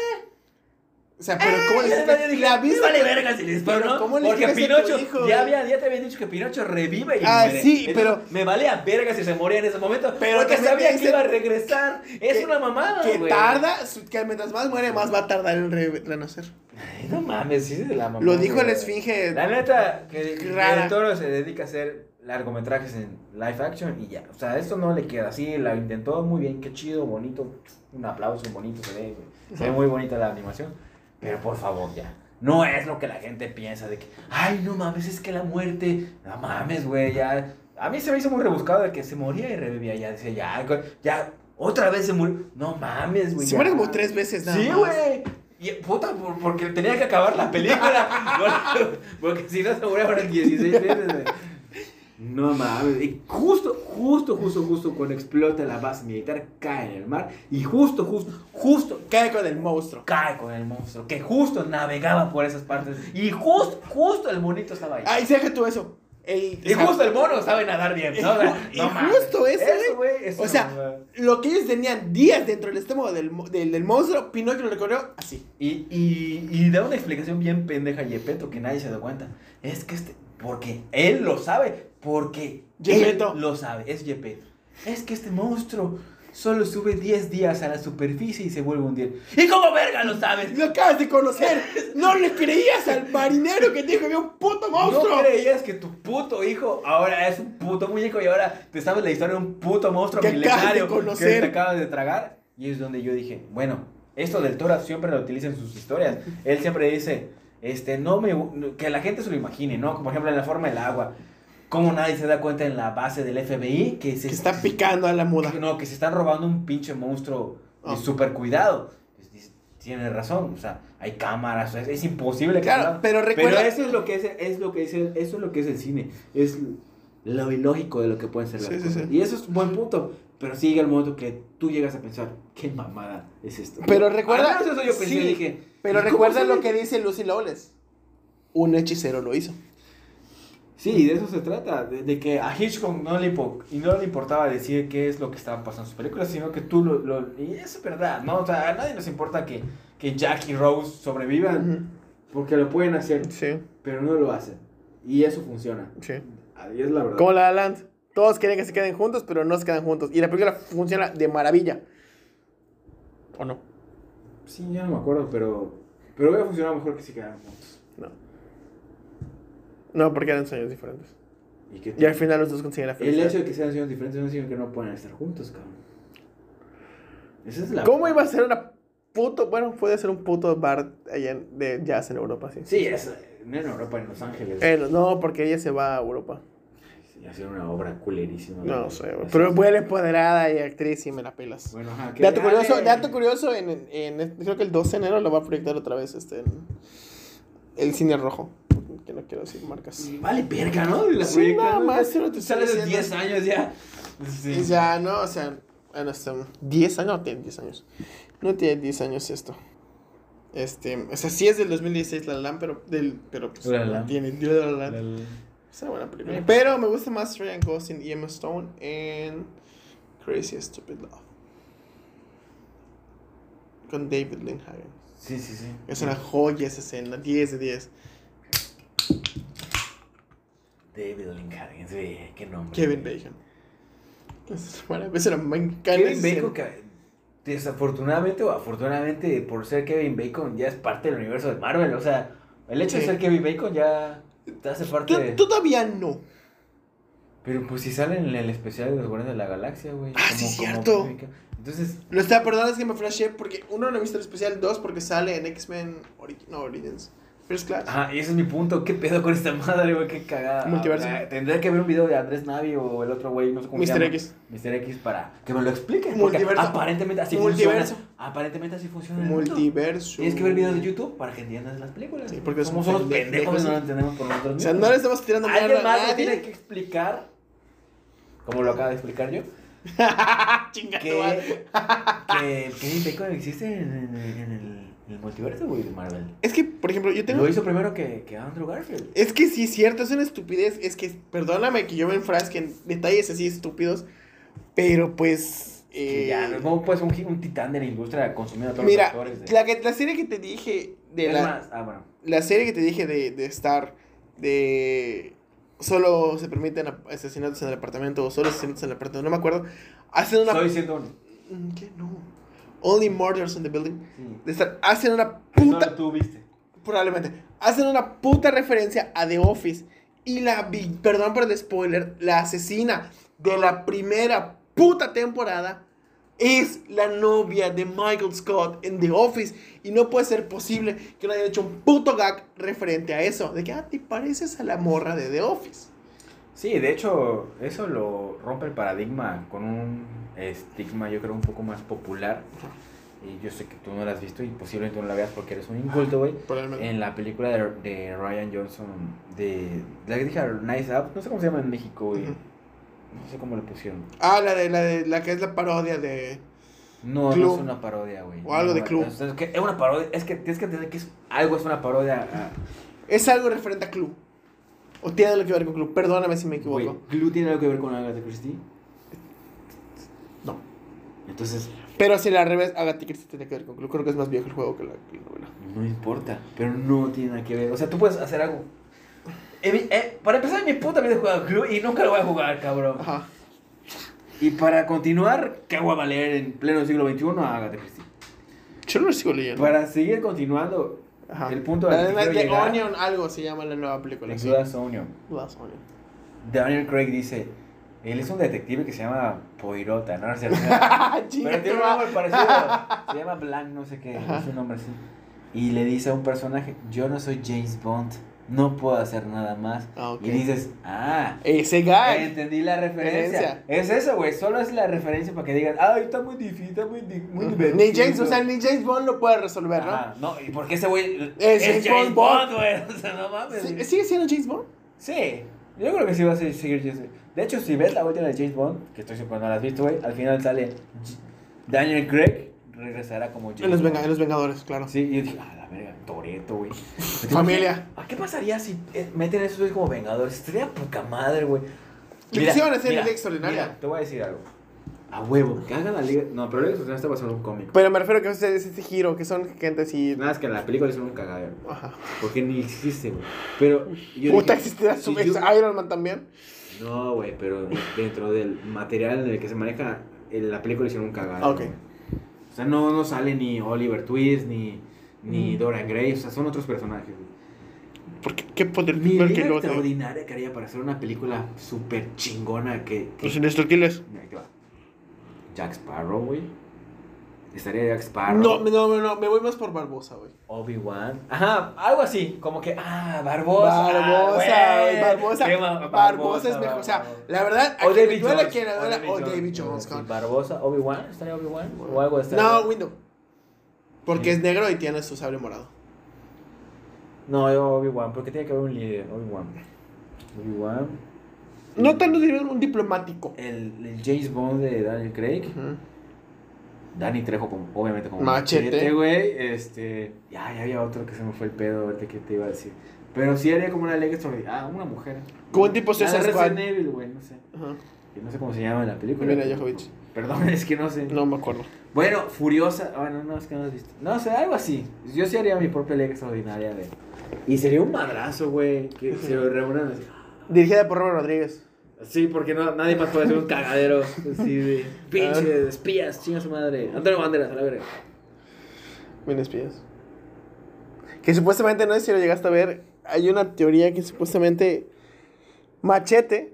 [SPEAKER 2] O sea, pero ¿cómo le
[SPEAKER 3] Yo
[SPEAKER 2] explicas?
[SPEAKER 3] dije,
[SPEAKER 2] La
[SPEAKER 3] "Me
[SPEAKER 2] vista
[SPEAKER 3] vale
[SPEAKER 2] que-
[SPEAKER 3] verga si les
[SPEAKER 2] pero
[SPEAKER 3] paro, ¿no?
[SPEAKER 2] ¿cómo le
[SPEAKER 3] Porque
[SPEAKER 2] explicas a tu
[SPEAKER 3] Pinocho,
[SPEAKER 2] hijo,
[SPEAKER 3] ya,
[SPEAKER 2] güey?
[SPEAKER 3] había, ya te habían dicho que Pinocho revive y
[SPEAKER 2] Ah,
[SPEAKER 3] muere.
[SPEAKER 2] sí,
[SPEAKER 3] Entonces,
[SPEAKER 2] pero-
[SPEAKER 3] Me vale a verga si se moría en ese momento,
[SPEAKER 2] Pero
[SPEAKER 3] porque
[SPEAKER 2] también te
[SPEAKER 3] sabía que
[SPEAKER 2] dicen
[SPEAKER 3] iba a regresar. Es
[SPEAKER 2] que-
[SPEAKER 3] una mamada,
[SPEAKER 2] Que
[SPEAKER 3] güey.
[SPEAKER 2] tarda, su- que mientras más muere, más va a tardar en re- renacer.
[SPEAKER 3] Ay, No mames, sí es de la mamá.
[SPEAKER 2] Lo dijo
[SPEAKER 3] güey.
[SPEAKER 2] la esfinge.
[SPEAKER 3] La neta, que
[SPEAKER 2] Rara.
[SPEAKER 3] el toro se dedica a hacer largometrajes en live action y ya. O sea, esto no le queda así. La intentó muy bien, qué chido, bonito. Un aplauso, bonito se ve. güey. Se ve muy bonita la animación. Pero por favor, ya. No es lo que la gente piensa de que, ay, no mames, es que la muerte. No mames, güey, ya. A mí se me hizo muy rebuscado de que se moría y revivía. Ya decía, ya, güey, ya. Otra vez se murió. No mames, güey.
[SPEAKER 2] Se
[SPEAKER 3] ya.
[SPEAKER 2] muere como tres veces, nada
[SPEAKER 3] Sí,
[SPEAKER 2] más.
[SPEAKER 3] güey. Y puta, por- porque tenía que acabar la película. Porque- porque si no se muere ahora 16 veces, güey. No mames. Y justo, justo, justo, justo cuando explota la base militar, cae en el mar. Y justo, justo, justo
[SPEAKER 2] Cae con el monstruo.
[SPEAKER 3] cae con el monstruo. Que justo navegaba por esas partes. Y justo, justo el monito estaba ahí.
[SPEAKER 2] Ay, se deja tú eso. El,
[SPEAKER 3] y
[SPEAKER 2] o sea,
[SPEAKER 3] justo el mono sabe nadar bien. ¿no? O sea,
[SPEAKER 2] Y
[SPEAKER 3] no mames.
[SPEAKER 2] justo ese,
[SPEAKER 3] Eso, güey. es
[SPEAKER 2] o
[SPEAKER 3] una
[SPEAKER 2] sea,
[SPEAKER 3] mamada.
[SPEAKER 2] Lo que ellos tenían días dentro del estómago del, mo- del, del monstruo, Pinocchio lo recorrió así.
[SPEAKER 3] Y, y, y da una explicación bien pendeja a Yepeto que nadie se da cuenta. Es que este. Porque él lo sabe. Porque.
[SPEAKER 2] Gepetto.
[SPEAKER 3] él Lo sabe. Es Yepeto. Es que este monstruo solo sube 10 días a la superficie y se vuelve a hundir. ¿Y cómo verga lo sabes?
[SPEAKER 2] Lo acabas de conocer. No le creías al marinero que te dijo que había un puto monstruo.
[SPEAKER 3] No creías que tu puto hijo ahora es un puto muñeco y ahora te sabes la historia de un puto monstruo
[SPEAKER 2] Que acabas de
[SPEAKER 3] milenario que
[SPEAKER 2] conocer.
[SPEAKER 3] te acabas de tragar. Y es donde yo dije, bueno, esto del Toro siempre lo utiliza en sus historias. Él siempre dice, este, no me, gu- que la gente se lo imagine, ¿no? Como por ejemplo en la forma del agua. Como nadie se da cuenta en la base del FBI que se
[SPEAKER 2] que está picando a la muda.
[SPEAKER 3] que No, que se están robando un pinche monstruo de
[SPEAKER 2] Ah.
[SPEAKER 3] super cuidado. Pues, dice, Tiene razón, o sea, hay cámaras, o sea, es, es imposible. que
[SPEAKER 2] Claro,
[SPEAKER 3] salgan.
[SPEAKER 2] pero recuerda-
[SPEAKER 3] eso es lo que es, es lo que es, el- eso es lo que es el cine, es lo ilógico de lo que pueden ser las
[SPEAKER 2] Sí, sí,
[SPEAKER 3] cosas.
[SPEAKER 2] sí.
[SPEAKER 3] Y eso es un buen punto, pero sí llega el momento que tú llegas a pensar, qué mamada es esto.
[SPEAKER 2] Pero recuerda-
[SPEAKER 3] Al menos eso yo pensé,
[SPEAKER 2] sí,
[SPEAKER 3] dije,
[SPEAKER 2] Pero
[SPEAKER 3] ¿y cómo
[SPEAKER 2] recuerda
[SPEAKER 3] sabe?
[SPEAKER 2] lo que dice Lucy Lawless. Un hechicero lo hizo.
[SPEAKER 3] Sí, de eso se trata, de, de que a Hitchcock no le, impo- y no le importaba decir qué es lo que estaba pasando en sus películas, sino que tú lo... lo- y eso es verdad, ¿no? O sea, a nadie nos importa que, que Jack y Rose sobrevivan, porque lo pueden hacer,
[SPEAKER 2] Sí,
[SPEAKER 3] pero no lo hacen. Y eso funciona.
[SPEAKER 2] sí.
[SPEAKER 3] Ahí es la verdad.
[SPEAKER 2] Como la Land. Todos quieren que se queden juntos, pero no se quedan juntos. Y la película funciona de maravilla. ¿O no?
[SPEAKER 3] Sí, ya no me acuerdo, pero... Pero hubiera funcionado mejor que si quedaran juntos.
[SPEAKER 2] No. No, porque eran sueños diferentes.
[SPEAKER 3] Y que-
[SPEAKER 2] Y al final los dos consiguen la
[SPEAKER 3] el
[SPEAKER 2] felicidad.
[SPEAKER 3] hecho de que sean sueños diferentes no significa que no puedan estar juntos, cabrón. Esa es la
[SPEAKER 2] ¿Cómo iba a ser una puto? Bueno, puede ser un puto bar allá en- de jazz en Europa, sí.
[SPEAKER 3] Sí, es, no en Europa, en Los Ángeles.
[SPEAKER 2] Eh, no, porque ella se va a Europa.
[SPEAKER 3] Sí, hacer una obra culerísima.
[SPEAKER 2] No
[SPEAKER 3] güey.
[SPEAKER 2] sé, güey.
[SPEAKER 3] Así
[SPEAKER 2] Pero
[SPEAKER 3] es.
[SPEAKER 2] mujer empoderada y actriz y me la pelas.
[SPEAKER 3] Bueno, ajá, que
[SPEAKER 2] Dato
[SPEAKER 3] dale.
[SPEAKER 2] curioso, dato curioso en, en- en- creo que el 12 de enero lo va a proyectar otra vez este en el cine rojo. Que no quiero decir marcas.
[SPEAKER 3] Vale, verga, ¿no? La
[SPEAKER 2] Sí,
[SPEAKER 3] proyectan,
[SPEAKER 2] nada
[SPEAKER 3] ¿no?
[SPEAKER 2] más, solo te estoy
[SPEAKER 3] Sales de
[SPEAKER 2] diciendo.
[SPEAKER 3] 10 años ya. Sí.
[SPEAKER 2] Y ya, no, o sea, bueno, este, 10 años, no tiene 10 años. No tiene 10 años esto. Este, o sea, sí es del 2016 La La Land, pero del pero pues,
[SPEAKER 3] La La
[SPEAKER 2] no
[SPEAKER 3] Land.
[SPEAKER 2] tiene La La Land. Es una buena película. Pero me gusta más Ryan Gosling y Emma Stone en Crazy Stupid Love. Con David Linhagen.
[SPEAKER 3] Sí, sí, sí.
[SPEAKER 2] Es una joya esa escena, 10 de 10.
[SPEAKER 3] David Lincoln, sí, qué nombre.
[SPEAKER 2] Kevin Bacon. Es una buena es una- me encanta
[SPEAKER 3] Kevin
[SPEAKER 2] esa
[SPEAKER 3] Bacon,
[SPEAKER 2] escena.
[SPEAKER 3] que desafortunadamente o afortunadamente por ser Kevin Bacon ya es parte del universo de Marvel. O sea, el hecho
[SPEAKER 2] Sí.
[SPEAKER 3] de ser Kevin Bacon ya te hace parte de...
[SPEAKER 2] Tú, tú todavía no.
[SPEAKER 3] Pero pues si salen en el especial de los Guardianes de la Galaxia, güey.
[SPEAKER 2] Ah, sí, cierto.
[SPEAKER 3] Kevin Bacon. Entonces,
[SPEAKER 2] Lo está, perdón, es que me flashé porque uno no he visto el especial, dos porque sale en X-Men Origi- no, Origins. First Class.
[SPEAKER 3] ajá, y ese es mi punto. ¿Qué pedo con esta madre, güey? Qué cagada.
[SPEAKER 2] Multiverso.
[SPEAKER 3] Ah, Tendría que ver un video de Andrés Navi o el otro güey, no sé cómo se
[SPEAKER 2] Mr.
[SPEAKER 3] llama.
[SPEAKER 2] X.
[SPEAKER 3] Mr. X para que me lo expliquen. porque
[SPEAKER 2] Multiverso.
[SPEAKER 3] Aparentemente así
[SPEAKER 2] Multiverso.
[SPEAKER 3] funciona. Aparentemente así funciona. el mundo.
[SPEAKER 2] Multiverso.
[SPEAKER 3] Tienes que ver videos de YouTube para que entiendas las películas.
[SPEAKER 2] Sí, porque
[SPEAKER 3] somos
[SPEAKER 2] somos
[SPEAKER 3] unos pendejos
[SPEAKER 2] pendejos.
[SPEAKER 3] y no lo entendemos por nosotros
[SPEAKER 2] O
[SPEAKER 3] mismos.
[SPEAKER 2] sea, no le estamos tirando mierda
[SPEAKER 3] Alguien
[SPEAKER 2] a
[SPEAKER 3] más lo
[SPEAKER 2] nadie.
[SPEAKER 3] tiene que explicar, como lo acaba de explicar yo,
[SPEAKER 2] Chinga
[SPEAKER 3] que,
[SPEAKER 2] tu madre.
[SPEAKER 3] que el Kevin Bacon existe en, en- en el, en el multiverso, güey, de Marvel.
[SPEAKER 2] Es que, por ejemplo, yo tengo
[SPEAKER 3] Lo hizo primero que, que Andrew Garfield.
[SPEAKER 2] Es que sí es cierto, es una estupidez. Es que, perdóname que yo me enfrasque en detalles así estúpidos, pero pues.
[SPEAKER 3] Que
[SPEAKER 2] eh,
[SPEAKER 3] ya, no como pues un, gi- un titán de la industria consumiendo a todos
[SPEAKER 2] mira,
[SPEAKER 3] los actores. De,
[SPEAKER 2] la, que- la serie que te dije. De
[SPEAKER 3] es
[SPEAKER 2] la,
[SPEAKER 3] más, ah, bueno.
[SPEAKER 2] la serie que te dije de, de Star, de. Solo se permiten ap- asesinatos en el apartamento, o solo asesinatos en el apartamento, no me acuerdo. Hacen una.
[SPEAKER 3] Estoy diciendo uno.
[SPEAKER 2] Mm, ¿Qué? No. Only Murders in the Building.
[SPEAKER 3] Sí.
[SPEAKER 2] De Star. Hacen una
[SPEAKER 3] Eso
[SPEAKER 2] puta
[SPEAKER 3] lo tú viste.
[SPEAKER 2] Probablemente. Hacen una puta referencia a The Office. Y la vi, perdón por el spoiler, la asesina de la primera puta temporada es la novia de Michael Scott en The Office. Y no puede ser posible que no hayan hecho un puto gag referente a eso. De que, ah, te pareces a la morra de The Office.
[SPEAKER 3] Sí, de hecho, eso lo rompe el paradigma con un estigma, yo creo, un poco más popular. Y yo sé que tú no lo has visto y posiblemente no la veas porque eres un inculto, güey.
[SPEAKER 2] Probablemente.
[SPEAKER 3] En la película de, de Ryan Johnson, de la que dije Nice Out, no sé cómo se llama en México, güey.
[SPEAKER 2] Ujú.
[SPEAKER 3] No sé cómo le pusieron.
[SPEAKER 2] Ah, la de la, de, la que es la parodia de...
[SPEAKER 3] No, no
[SPEAKER 2] Club.
[SPEAKER 3] es una parodia, güey.
[SPEAKER 2] O algo de
[SPEAKER 3] No,
[SPEAKER 2] Club.
[SPEAKER 3] Es, es que es una parodia, es que tienes que entender que es, algo es una parodia. ah, a-
[SPEAKER 2] Es algo referente a Club. O tiene algo que ver con Club. Perdóname si me equivoco.
[SPEAKER 3] Güey, Club tiene algo que ver con Agatha Christie.
[SPEAKER 2] No.
[SPEAKER 3] Entonces,
[SPEAKER 2] Pero si la al revés, Agatha Christie tiene que ver con Clue. Creo que es más viejo el juego que la, que la novela.
[SPEAKER 3] No importa, pero no tiene nada que ver. O sea, tú puedes hacer algo. Eh, mi- eh, para empezar, mi puta vida he jugado Club y nunca lo voy a jugar, cabrón.
[SPEAKER 2] Ajá.
[SPEAKER 3] Y para continuar, ¿qué voy a valer en pleno siglo XXI? Agatha Christie.
[SPEAKER 2] Yo no lo sigo leyendo.
[SPEAKER 3] Para seguir continuando,
[SPEAKER 2] Ajá.
[SPEAKER 3] el punto
[SPEAKER 2] La
[SPEAKER 3] al que
[SPEAKER 2] de,
[SPEAKER 3] quiero
[SPEAKER 2] de
[SPEAKER 3] llegar-
[SPEAKER 2] Onion algo se llama la nueva película.
[SPEAKER 3] con
[SPEAKER 2] sí.
[SPEAKER 3] Glass Onion,
[SPEAKER 2] Glass Onion.
[SPEAKER 3] Daniel Craig dice: Él es un detective que se llama Poirota, ¿no? no es cierto.
[SPEAKER 2] Ah,
[SPEAKER 3] Pero
[SPEAKER 2] chinga,
[SPEAKER 3] tiene
[SPEAKER 2] tu
[SPEAKER 3] un
[SPEAKER 2] madre.
[SPEAKER 3] nombre parecido. Se llama Blanc, no sé qué, es un nombre así. Y le dice a un personaje, yo no soy James Bond, no puedo hacer nada más.
[SPEAKER 2] Ah, ok.
[SPEAKER 3] Y dices, ah,
[SPEAKER 2] Ese guy.
[SPEAKER 3] entendí la referencia. Es eso, güey, solo es la referencia para que digan, ay, está muy difícil, está muy, di- muy divertido.
[SPEAKER 2] Ni James, o sea, ni James Bond lo puede resolver, ¿no?
[SPEAKER 3] Ajá, no, y porque ese güey
[SPEAKER 2] Es
[SPEAKER 3] es,
[SPEAKER 2] James
[SPEAKER 3] James
[SPEAKER 2] Bond.
[SPEAKER 3] Bond, güey, o sea, no mames.
[SPEAKER 2] Sí-
[SPEAKER 3] Sí,
[SPEAKER 2] ¿Sigue siendo James Bond?
[SPEAKER 3] yo creo que sí va a ser- seguir James Bond. De hecho, si ves la última de James Bond, que estoy suponiendo no la has visto, güey, al final sale Daniel Craig, regresará como James
[SPEAKER 2] En los,
[SPEAKER 3] Bond.
[SPEAKER 2] Venga- en los Vengadores, claro.
[SPEAKER 3] Sí, y yo dije, a la verga, Toreto, güey.
[SPEAKER 2] Familia.
[SPEAKER 3] ¿A qué pasaría si eh, meten esos güeyes como vengadores? Estaría poca madre, güey. Mira,
[SPEAKER 2] Ficciones en
[SPEAKER 3] mira,
[SPEAKER 2] Liga Extraordinaria.
[SPEAKER 3] mira, te voy a decir algo. A huevo, que hagan la liga. No, pero la Liga Extraordinaria está basada en un cómic.
[SPEAKER 2] Pero me refiero a que es este giro, que son gente así.
[SPEAKER 3] Nada, es que en la película es un cagadero.
[SPEAKER 2] Ajá.
[SPEAKER 3] Porque ni existe, güey. Pero. Yo
[SPEAKER 2] Puta,
[SPEAKER 3] dije,
[SPEAKER 2] existirá su
[SPEAKER 3] si
[SPEAKER 2] vez
[SPEAKER 3] yo-
[SPEAKER 2] Iron Man también.
[SPEAKER 3] No, güey, pero dentro del material en el que se maneja, en la película hicieron un cagado.
[SPEAKER 2] Ah, ok.
[SPEAKER 3] güey. O sea, no, no sale ni Oliver Twist, ni, ni
[SPEAKER 2] Mm.
[SPEAKER 3] Dora Gray, o sea, son otros personajes. güey.
[SPEAKER 2] Porque qué poder
[SPEAKER 3] Mi
[SPEAKER 2] que
[SPEAKER 3] idea
[SPEAKER 2] lo tiene.
[SPEAKER 3] extraordinaria que haría para hacer una película súper chingona que... que-
[SPEAKER 2] Los indestructibles.
[SPEAKER 3] Mira, ahí te va. Jack Sparrow, güey. Estaría Jack Sparrow.
[SPEAKER 2] No, no, no, no, me voy más por Barbosa, güey.
[SPEAKER 3] Obi-Wan. Ajá, algo así. Como que, ah, Barbosa.
[SPEAKER 2] Barbosa,
[SPEAKER 3] güey.
[SPEAKER 2] güey, Barbosa.
[SPEAKER 3] Qué ma-
[SPEAKER 2] Barbosa, es mejor. O sea,
[SPEAKER 3] Barbosa.
[SPEAKER 2] la verdad, a
[SPEAKER 3] O
[SPEAKER 2] quien
[SPEAKER 3] David
[SPEAKER 2] le duela,
[SPEAKER 3] Jones.
[SPEAKER 2] quien le duela, o David Jones.
[SPEAKER 3] Sí,
[SPEAKER 2] cabrón.
[SPEAKER 3] Barbosa, Obi-Wan. ¿Estaría Obi-Wan? O algo de este Star
[SPEAKER 2] No,
[SPEAKER 3] Wars.
[SPEAKER 2] Window. Porque
[SPEAKER 3] Sí.
[SPEAKER 2] es negro y tiene su sable morado.
[SPEAKER 3] No, yo Obi-Wan. Porque tiene que haber un líder. Obi-Wan. Obi-Wan.
[SPEAKER 2] No tanto diría un diplomático.
[SPEAKER 3] El, el James Bond de Daniel Craig.
[SPEAKER 2] Ujú.
[SPEAKER 3] Danny Trejo, como, obviamente, como
[SPEAKER 2] Machete.
[SPEAKER 3] güey. Este. Ya, ya había otro que se me fue el pedo. Ahorita que te iba a decir. Pero sí haría como una ley extraordinaria. Ah, una mujer.
[SPEAKER 2] Como un tipo
[SPEAKER 3] Ah,
[SPEAKER 2] César
[SPEAKER 3] Resident
[SPEAKER 2] Squad.
[SPEAKER 3] Evil, güey, no sé.
[SPEAKER 2] Ajá.
[SPEAKER 3] Que No sé cómo se llama en la película.
[SPEAKER 2] Mira, Jovovich.
[SPEAKER 3] Perdón, es que no sé.
[SPEAKER 2] No me acuerdo.
[SPEAKER 3] Bueno, Furiosa. Bueno, no, es que no has visto. No sé, algo así. Yo sí haría mi propia ley extraordinaria de. Y sería un madrazo, güey. Que se reúnan así.
[SPEAKER 2] Dirigida por Robert Rodríguez.
[SPEAKER 3] Sí, porque no, nadie más puede ser un cagadero. Así de. Pinches, espías, chinga su madre. Antonio Banderas, a la verga.
[SPEAKER 2] Bien espías. Que supuestamente, no sé si lo llegaste a ver, hay una teoría que supuestamente Machete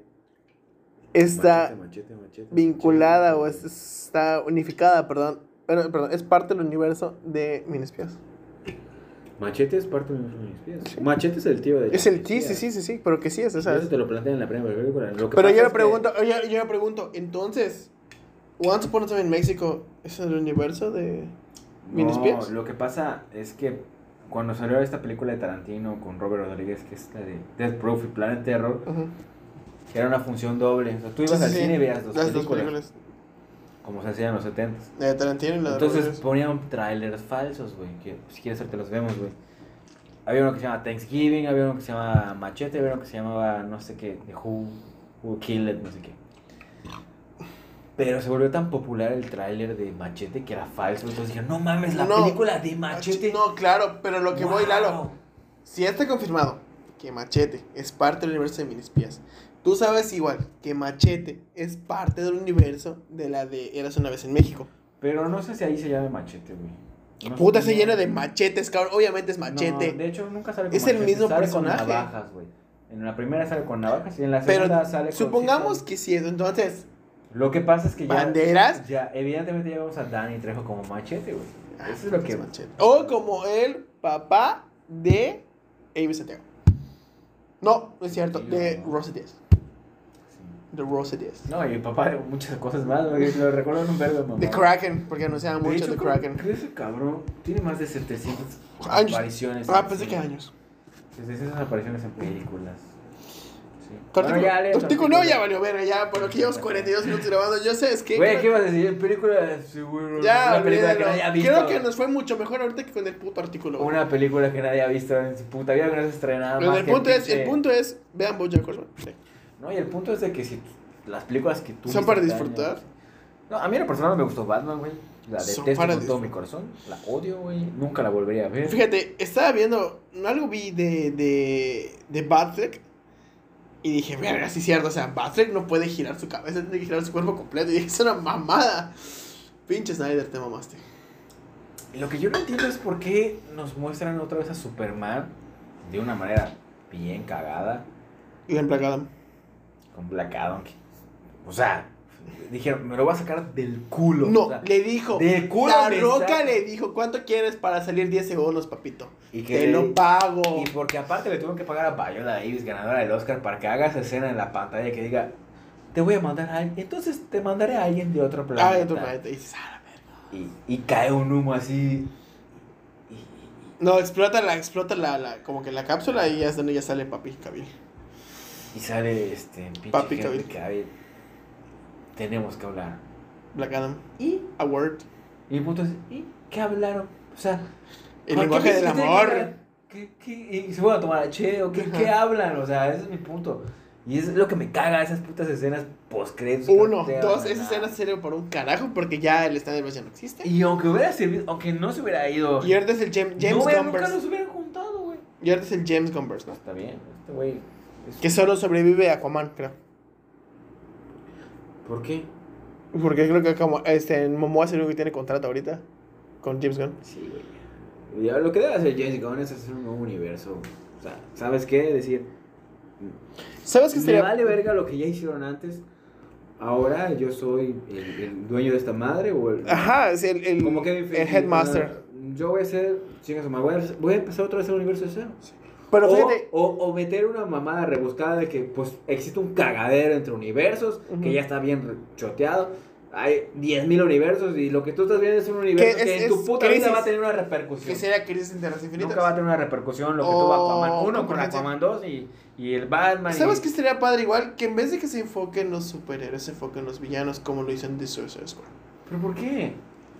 [SPEAKER 2] está
[SPEAKER 3] Machete, machete, machete,
[SPEAKER 2] vinculada o es-
[SPEAKER 3] machete.
[SPEAKER 2] está unificada, perdón. Bueno, perdón, es parte del universo de Minespías.
[SPEAKER 3] Machete es parte de mis espías. Machete es el tío de.
[SPEAKER 2] Es el sí, sí, sí, sí, sí, pero que sí es, o sea,
[SPEAKER 3] Eso te lo plantean en la primera película. Lo que
[SPEAKER 2] Pero
[SPEAKER 3] pasa
[SPEAKER 2] yo le
[SPEAKER 3] es que-
[SPEAKER 2] pregunto, yo, yo le pregunto, entonces, Once Upon a Time in Mexico, ¿es el universo de ¿Mini espías?
[SPEAKER 3] lo que pasa es que cuando salió esta película de Tarantino con Robert Rodríguez, que es la de Death Proof y Planet Terror,
[SPEAKER 2] Ajá.
[SPEAKER 3] que era una función doble. O sea, tú
[SPEAKER 2] Sí,
[SPEAKER 3] ibas
[SPEAKER 2] sí,
[SPEAKER 3] al
[SPEAKER 2] sí.
[SPEAKER 3] cine y veías dos
[SPEAKER 2] Las
[SPEAKER 3] películas, como se hacía en los 70
[SPEAKER 2] La de Tarantino y la de
[SPEAKER 3] Entonces
[SPEAKER 2] Rodríguez.
[SPEAKER 3] pues, ponían trailers falsos, güey, que si quieres te los vemos, güey. Había uno que se llama Thanksgiving, había uno que se llamaba Machete, había uno que se llamaba no sé qué, de Who, Who Killed, no sé qué. Pero se volvió tan popular el tráiler de Machete que era falso. Entonces dije, no mames, la
[SPEAKER 2] No.
[SPEAKER 3] película de Machete.
[SPEAKER 2] No, claro, pero lo que voy, Lalo,
[SPEAKER 3] Wow.
[SPEAKER 2] si ya está confirmado que Machete es parte del universo de Minispias, tú sabes igual que Machete es parte del universo de la de Eras una vez en México.
[SPEAKER 3] Pero no sé si ahí se llama machete, güey. No
[SPEAKER 2] Puta,
[SPEAKER 3] sé
[SPEAKER 2] se
[SPEAKER 3] si-
[SPEAKER 2] llena de machetes, cabrón, obviamente es machete.
[SPEAKER 3] No, de hecho, nunca sale con
[SPEAKER 2] Es el
[SPEAKER 3] machete,
[SPEAKER 2] mismo
[SPEAKER 3] sale
[SPEAKER 2] personaje.
[SPEAKER 3] Con navajas, güey. En la primera sale con navajas y en la
[SPEAKER 2] pero
[SPEAKER 3] segunda sale con.
[SPEAKER 2] supongamos que sí, entonces,
[SPEAKER 3] Lo que pasa es que ya.
[SPEAKER 2] ¿Banderas?
[SPEAKER 3] Ya, evidentemente ya vemos a Danny Trejo como machete, güey. Eso es lo que.
[SPEAKER 2] ah, Es machete. O como el papá de Amy Santiago. No, no es cierto, de Rose Díaz.
[SPEAKER 3] Sí.
[SPEAKER 2] De Rose Díaz.
[SPEAKER 3] No, y el papá de muchas cosas más, güey. Lo recuerdo en un verbo, mamá.
[SPEAKER 2] De Kraken, porque anunciaban mucho de Kraken.
[SPEAKER 3] Ese cabrón tiene más de 700
[SPEAKER 2] Años.
[SPEAKER 3] apariciones.
[SPEAKER 2] Ah,
[SPEAKER 3] en
[SPEAKER 2] pensé que
[SPEAKER 3] cine.
[SPEAKER 2] años.
[SPEAKER 3] 700 apariciones en películas. Sí.
[SPEAKER 2] Cortico,
[SPEAKER 3] Bueno, ya, lee tu
[SPEAKER 2] cortico, no,
[SPEAKER 3] artículo.
[SPEAKER 2] ya valió verga, ya, por lo que llevamos 42 minutos grabando. Yo sé, es que.
[SPEAKER 3] Güey, ¿qué ibas a decir? Película de seguro.
[SPEAKER 2] ya,
[SPEAKER 3] una película que
[SPEAKER 2] olvídalo.
[SPEAKER 3] nadie ha visto.
[SPEAKER 2] Creo que nos fue mucho mejor ahorita que con el puto artículo. güey.
[SPEAKER 3] Una película que nadie ha visto en su puta vida que no se estrenaba.
[SPEAKER 2] Pero
[SPEAKER 3] más
[SPEAKER 2] el
[SPEAKER 3] que
[SPEAKER 2] punto es, el
[SPEAKER 3] pinche-
[SPEAKER 2] punto es, vean Bojack Horseman. Sí.
[SPEAKER 3] No, y el punto es de que si t- las películas que tú.
[SPEAKER 2] Son
[SPEAKER 3] viste
[SPEAKER 2] para
[SPEAKER 3] este
[SPEAKER 2] disfrutar.
[SPEAKER 3] año- No, a mí en lo personal no me gustó Batman, güey. La
[SPEAKER 2] Son
[SPEAKER 3] detesto
[SPEAKER 2] para
[SPEAKER 3] con todo mi
[SPEAKER 2] disfrutar.
[SPEAKER 3] corazón. La odio, güey. Nunca la volvería a ver.
[SPEAKER 2] Fíjate, estaba viendo, algo vi de, de, de Batfleck y dije, verga, sí es cierto, o sea, Batfleck no puede girar su cabeza, tiene que girar su cuerpo completo. Y dije, es una mamada. Pinche Snyder, te mamaste.
[SPEAKER 3] Y Lo que yo no entiendo es por qué nos muestran otra vez a Superman de una manera bien cagada.
[SPEAKER 2] Y en Black Adam.
[SPEAKER 3] Con Black Adam. que- O sea, dijeron, me lo va a sacar del culo.
[SPEAKER 2] No,
[SPEAKER 3] o sea,
[SPEAKER 2] le dijo.
[SPEAKER 3] de culo
[SPEAKER 2] la
[SPEAKER 3] me
[SPEAKER 2] Roca
[SPEAKER 3] saca.
[SPEAKER 2] le dijo, ¿cuánto quieres para salir 10 segundos, papito?
[SPEAKER 3] Y que
[SPEAKER 2] Te
[SPEAKER 3] le-
[SPEAKER 2] lo pago.
[SPEAKER 3] Y porque aparte le tuvieron que pagar a Viola Davis, ganadora del Oscar, para que haga esa escena en la pantalla que diga, te voy a mandar a alguien, entonces te mandaré a alguien de otro planeta.
[SPEAKER 2] Ah, de tu planeta. Y dices, "Ah, la verga".
[SPEAKER 3] Y, y cae un humo así. Y- y-
[SPEAKER 2] No, explota la, explota la, la- como que la cápsula y ya, es donde ya sale papi Cabil.
[SPEAKER 3] Y, sale este pinche
[SPEAKER 2] Papi
[SPEAKER 3] Henry
[SPEAKER 2] Cavill.
[SPEAKER 3] Cavill. Tenemos que hablar.
[SPEAKER 2] Black Adam.
[SPEAKER 3] Y
[SPEAKER 2] Award.
[SPEAKER 3] mi punto es, ¿y qué hablaron? O sea,
[SPEAKER 2] El
[SPEAKER 3] ¿por qué
[SPEAKER 2] lenguaje del
[SPEAKER 3] me hiciste
[SPEAKER 2] amor.
[SPEAKER 3] que- que- que- y se van a tomar a che, o qué, qué hablan, o sea, ese es mi punto. Y es lo que me caga, esas putas escenas post
[SPEAKER 2] Uno, dos, esa escena sirve por un carajo porque ya el Snyder Version no existe. Y,
[SPEAKER 3] Y aunque hubiera servido, aunque no se hubiera ido.
[SPEAKER 2] ahorita es el Jam- James
[SPEAKER 3] no, hubiera- nunca
[SPEAKER 2] Gumbers.
[SPEAKER 3] los hubieran juntado, güey.
[SPEAKER 2] Y ahorita es el James Gumbers, ¿no?
[SPEAKER 3] Está bien, este güey. es-
[SPEAKER 2] Que solo sobrevive Aquaman, creo.
[SPEAKER 3] ¿Por qué?
[SPEAKER 2] Porque creo que como, este, Momoa es el único que tiene contrato ahorita con James Gunn.
[SPEAKER 3] Sí, güey. Ya, Lo que debe hacer James Gunn es hacer un nuevo universo. güey. O sea, ¿sabes qué? Decir,
[SPEAKER 2] ¿Sabes qué
[SPEAKER 3] me
[SPEAKER 2] sería?
[SPEAKER 3] vale verga lo que ya hicieron antes. ahora yo soy el, el dueño de esta madre o el...
[SPEAKER 2] Ajá, es el, el,
[SPEAKER 3] Como Kevin
[SPEAKER 2] el
[SPEAKER 3] Feige,
[SPEAKER 2] headmaster.
[SPEAKER 3] ah, Yo voy a ser, chingas, voy a, voy a empezar otra vez el universo de cero.
[SPEAKER 2] Pero
[SPEAKER 3] o,
[SPEAKER 2] fíjate,
[SPEAKER 3] o, o meter una mamada rebuscada de que pues existe un cagadero entre universos,
[SPEAKER 2] Ujú.
[SPEAKER 3] que ya está bien re- choteado. Hay 10.000 universos y lo que tú estás viendo es un universo
[SPEAKER 2] es-
[SPEAKER 3] que en tu
[SPEAKER 2] es
[SPEAKER 3] puta vida
[SPEAKER 2] crisis.
[SPEAKER 3] va a tener una repercusión.
[SPEAKER 2] que sería Crisis en Tierras
[SPEAKER 3] Nunca va a
[SPEAKER 2] Infinitas.
[SPEAKER 3] tener una repercusión lo que
[SPEAKER 2] O
[SPEAKER 3] tuvo Aquaman 1 con
[SPEAKER 2] competencia.
[SPEAKER 3] Aquaman 2 y, y el Batman. y-
[SPEAKER 2] Oh, ¿Sabes qué sería padre igual? Que en vez de que se enfoque en los superhéroes, se enfoque en los villanos como lo hizo en The Suicide Squad.
[SPEAKER 3] ¿Pero por qué?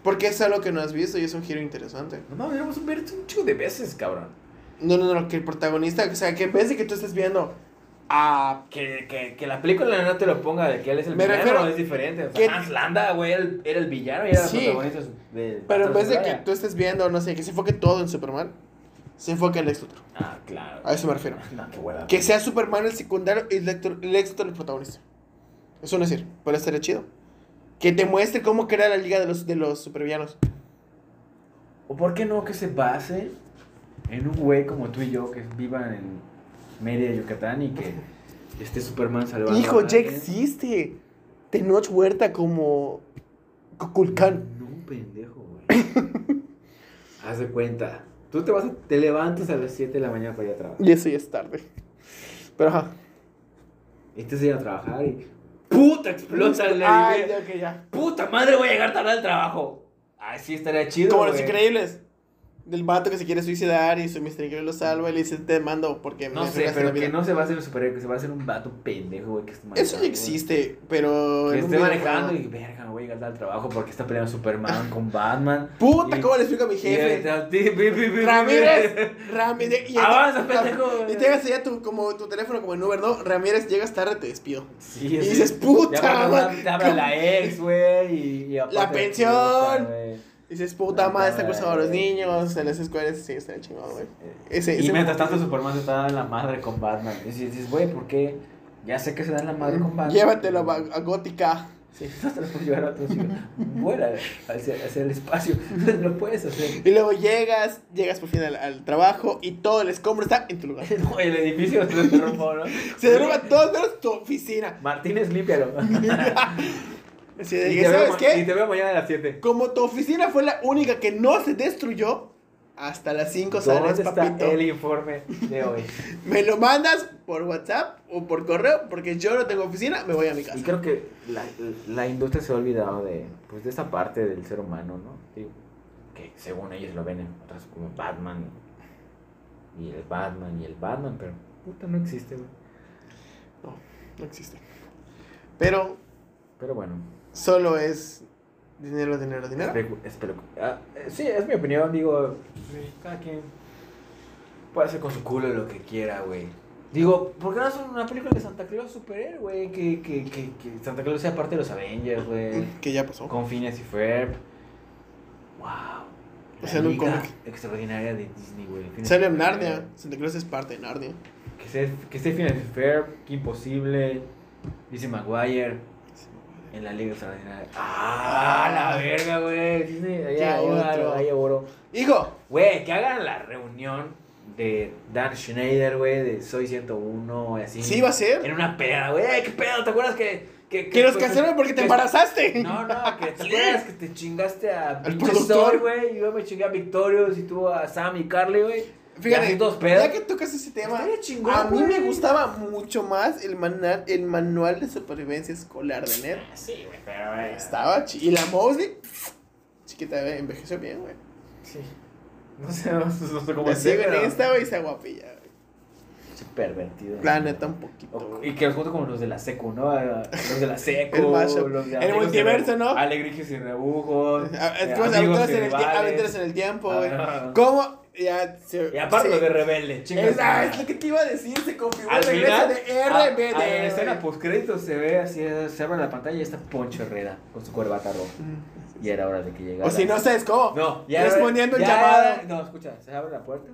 [SPEAKER 2] Porque es algo que no has visto y es un giro interesante.
[SPEAKER 3] No mames, lo hemos visto un chico de veces, cabrón.
[SPEAKER 2] No, no, no, que el protagonista, o sea, que en vez de que tú estés viendo a...
[SPEAKER 3] Que, que, que la película no te lo ponga de que él es el
[SPEAKER 2] Me
[SPEAKER 3] villano,
[SPEAKER 2] refiero-
[SPEAKER 3] es diferente. O sea,
[SPEAKER 2] que-
[SPEAKER 3] Hans Landa, güey, él era el villano y era
[SPEAKER 2] Sí.
[SPEAKER 3] el protagonista de...
[SPEAKER 2] Pero en vez de que
[SPEAKER 3] Batman.
[SPEAKER 2] tú estés viendo, no sé, que se enfoque todo en Superman, se enfoque en Lex Luthor.
[SPEAKER 3] Ah, claro.
[SPEAKER 2] A eso me refiero.
[SPEAKER 3] No, qué hueva.
[SPEAKER 2] Que sea Superman el secundario y Lex Luthor- Lex Luthor el protagonista. Eso no es decir, pero estaría chido. Que te muestre cómo crea la liga de los, de los supervillanos.
[SPEAKER 3] ¿O por qué no que se base en un güey como tú y yo que vivan en media Yucatán y que esté Superman salvando?
[SPEAKER 2] Hijo,
[SPEAKER 3] a ¿eh?
[SPEAKER 2] ya
[SPEAKER 3] alguien?
[SPEAKER 2] existe. Tenoch Huerta como Kukulkan.
[SPEAKER 3] No, pendejo, güey. Haz de cuenta. Tú te vas a- te levantas a las 7 de la mañana para ir a trabajar.
[SPEAKER 2] Y eso ya es tarde. Pero ajá.
[SPEAKER 3] Y te vas a trabajar y. ¡Puta! Explota el
[SPEAKER 2] Ay,
[SPEAKER 3] anime.
[SPEAKER 2] ya, ok, ya.
[SPEAKER 3] ¡Puta madre! Voy a llegar tarde al trabajo. Así estaría chido.
[SPEAKER 2] Como los
[SPEAKER 3] güey.
[SPEAKER 2] increíbles. Del vato que se quiere suicidar y su Mr. Increíble lo salva y le dice: Te mando porque
[SPEAKER 3] No sé,
[SPEAKER 2] fregaste
[SPEAKER 3] pero
[SPEAKER 2] la vida".
[SPEAKER 3] que no se va a hacer un superhéroe, que se va a hacer un vato pendejo, güey. Que esté
[SPEAKER 2] Eso
[SPEAKER 3] manejando,
[SPEAKER 2] ya
[SPEAKER 3] güey.
[SPEAKER 2] existe, pero.
[SPEAKER 3] Que
[SPEAKER 2] en un
[SPEAKER 3] esté
[SPEAKER 2] videojuego.
[SPEAKER 3] manejando y verga, no voy a llegar tarde al trabajo porque está peleando Superman con Batman.
[SPEAKER 2] Puta,
[SPEAKER 3] Y-
[SPEAKER 2] ¿cómo le explico a mi jefe?
[SPEAKER 3] jefe.
[SPEAKER 2] Ramírez, Ramírez. Y
[SPEAKER 3] Avanza,
[SPEAKER 2] Ram-
[SPEAKER 3] Ah, pendejo.
[SPEAKER 2] Y te hagas ya tu, como, tu teléfono como en Uber, ¿no? Ramírez, llegas tarde, te despido.
[SPEAKER 3] Sí,
[SPEAKER 2] Y
[SPEAKER 3] sí.
[SPEAKER 2] dices, puta,
[SPEAKER 3] Te habla-
[SPEAKER 2] man,
[SPEAKER 3] Te habla
[SPEAKER 2] ¿cómo?
[SPEAKER 3] la ex, güey. Y, y aparte-
[SPEAKER 2] La pensión.
[SPEAKER 3] güey.
[SPEAKER 2] Dices, puta
[SPEAKER 3] Puta
[SPEAKER 2] madre, está
[SPEAKER 3] madre.
[SPEAKER 2] cursando a los niños, en las escuelas, sí, está chingado, güey. Ese-
[SPEAKER 3] y
[SPEAKER 2] ese-
[SPEAKER 3] mientras tanto, Superman se está dando la madre con Batman. Y dices, güey, ¿por qué? Ya sé que se dan la madre con Batman.
[SPEAKER 2] Mm, Llévatelo a, a Gótica.
[SPEAKER 3] Sí, no te lo puedes llevar a otro sitio. Vuela hacia, hacia el espacio. Lo puedes hacer.
[SPEAKER 2] Y luego llegas, llegas por fin al, al trabajo y todo el escombro está en tu lugar.
[SPEAKER 3] No, el edificio se derrumbó, ¿no?
[SPEAKER 2] Se derrumba todo menos tu oficina.
[SPEAKER 3] Martínez, límpialo.
[SPEAKER 2] Así de
[SPEAKER 3] Y
[SPEAKER 2] que,
[SPEAKER 3] te veo
[SPEAKER 2] ¿sabes
[SPEAKER 3] ma- Y
[SPEAKER 2] qué?
[SPEAKER 3] te veo mañana a las 7.
[SPEAKER 2] Como tu oficina fue la única que no se destruyó, hasta las 5 sales,
[SPEAKER 3] ¿Dónde está
[SPEAKER 2] papito.
[SPEAKER 3] el informe de hoy?
[SPEAKER 2] Me lo mandas por WhatsApp o por correo, porque yo no tengo oficina, me voy a mi casa.
[SPEAKER 3] Y creo que la, la industria se ha olvidado de, pues, de esa parte del ser humano, ¿no? Sí. Que según ellos lo ven en otras como Batman y el Batman y el Batman, pero puta no existe, güey.
[SPEAKER 2] No, no existe. Pero
[SPEAKER 3] Pero bueno,
[SPEAKER 2] solo es dinero, dinero, dinero.
[SPEAKER 3] especu- especu- ah, eh, sí, es mi opinión, digo, sí, cada quien puede hacer con su culo lo que quiera, güey. Digo, ¿por qué no hacen una película de Santa Claus superhéroe, güey? Que, que, que, que Santa Claus sea parte de los Avengers, güey.
[SPEAKER 2] Que ya pasó.
[SPEAKER 3] con Phineas y Ferb. ¡Wow!
[SPEAKER 2] O sea, en un
[SPEAKER 3] liga
[SPEAKER 2] cómic.
[SPEAKER 3] extraordinaria de Disney, güey. Phineas y
[SPEAKER 2] Sale en
[SPEAKER 3] Ferb.
[SPEAKER 2] Narnia. Santa Claus es parte de Narnia.
[SPEAKER 3] Que esté, que esté Phineas y Ferb, que imposible. Dice Maguire en la Liga Extraordinaria. ¡Ah! La verga, güey. Disney,
[SPEAKER 2] Qué
[SPEAKER 3] allá,
[SPEAKER 2] otro.
[SPEAKER 3] oro, allá oro.
[SPEAKER 2] Hijo,
[SPEAKER 3] Güey, que hagan la reunión de Dan Schneider, güey, de Soy 101, y así.
[SPEAKER 2] sí va a ser.
[SPEAKER 3] En una peda, güey. ¡Ay, ¿Qué pedo? ¿Te acuerdas que.? Que,
[SPEAKER 2] Que nos
[SPEAKER 3] que-
[SPEAKER 2] cancelaron porque te
[SPEAKER 3] que-
[SPEAKER 2] embarazaste.
[SPEAKER 3] no, no, que te acuerdas que te chingaste a
[SPEAKER 2] Al
[SPEAKER 3] pinche
[SPEAKER 2] productor.
[SPEAKER 3] Soy, güey. Y yo me chingué a Victorious y tú a Sam y Carly, güey. Y así
[SPEAKER 2] Fíjate,
[SPEAKER 3] dos pedos.
[SPEAKER 2] ya que tocas ese tema,
[SPEAKER 3] Estaría chingón,
[SPEAKER 2] a mí me
[SPEAKER 3] güey.
[SPEAKER 2] gustaba mucho más el manual, el manual de supervivencia escolar de Ned.
[SPEAKER 3] Sí, güey, pero eh,
[SPEAKER 2] Estaba chi- Y la Mosley, chiquita, eh, envejeció bien, güey.
[SPEAKER 3] Sí. No sé, no, sé- no sé cómo
[SPEAKER 2] La
[SPEAKER 3] decirlo,
[SPEAKER 2] siguen
[SPEAKER 3] pero-
[SPEAKER 2] en Insta, güey, y está guapilla, güey.
[SPEAKER 3] Sí, pervertido.
[SPEAKER 2] La neta, un poquito,
[SPEAKER 3] O-
[SPEAKER 2] güey.
[SPEAKER 3] Y que los junto como los de la secu, ¿no? A- Los de la secu,
[SPEAKER 2] El mashup.
[SPEAKER 3] los de
[SPEAKER 2] El
[SPEAKER 3] Amigos
[SPEAKER 2] multiverso,
[SPEAKER 3] y Rebu-
[SPEAKER 2] ¿no? Ah,
[SPEAKER 3] Alegrijes y rebujos.
[SPEAKER 2] A-
[SPEAKER 3] eh,
[SPEAKER 2] después,
[SPEAKER 3] amigos
[SPEAKER 2] aventuras
[SPEAKER 3] y
[SPEAKER 2] en el tie-
[SPEAKER 3] rivales.
[SPEAKER 2] aventuras en el tiempo, güey.
[SPEAKER 3] Ajá.
[SPEAKER 2] ¿Cómo? Ya, se-
[SPEAKER 3] Y aparte
[SPEAKER 2] sí.
[SPEAKER 3] los de rebelde, chingas.
[SPEAKER 2] Es, ah, es lo que te iba a decir, se configuró
[SPEAKER 3] Al
[SPEAKER 2] el regreso
[SPEAKER 3] final,
[SPEAKER 2] de
[SPEAKER 3] a- a-
[SPEAKER 2] RBD.
[SPEAKER 3] en la escena
[SPEAKER 2] güey.
[SPEAKER 3] postcrédito se ve así, se abre la pantalla y está Poncho Herrera con su corbata roja. Y era hora de que llegara.
[SPEAKER 2] Mm. O si no sabes cómo.
[SPEAKER 3] No, ya
[SPEAKER 2] Respondiendo el
[SPEAKER 3] ya
[SPEAKER 2] llamado.
[SPEAKER 3] era- no, escucha, se abre la puerta.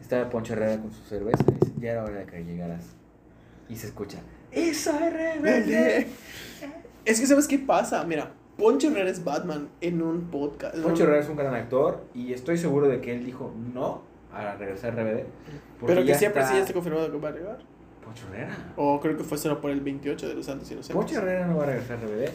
[SPEAKER 3] Está Poncho Herrera con su cerveza y dice, ya era hora de que llegaras. Y se escucha, ¡Eso es rebelde!
[SPEAKER 2] Es que sabes qué pasa. Mira, Poncho Herrera es Batman en un podcast. en
[SPEAKER 3] Poncho
[SPEAKER 2] un-
[SPEAKER 3] Herrera es un gran actor y estoy seguro de que él dijo no a regresar a RBD. porque
[SPEAKER 2] Pero que
[SPEAKER 3] ya
[SPEAKER 2] siempre
[SPEAKER 3] está-
[SPEAKER 2] sí ya está confirmado que va a llegar.
[SPEAKER 3] Pocho Herrera.
[SPEAKER 2] O creo que fue solo por el 28 de los Santos Inocentes.
[SPEAKER 3] Pocho Herrera no va a regresar de bebé.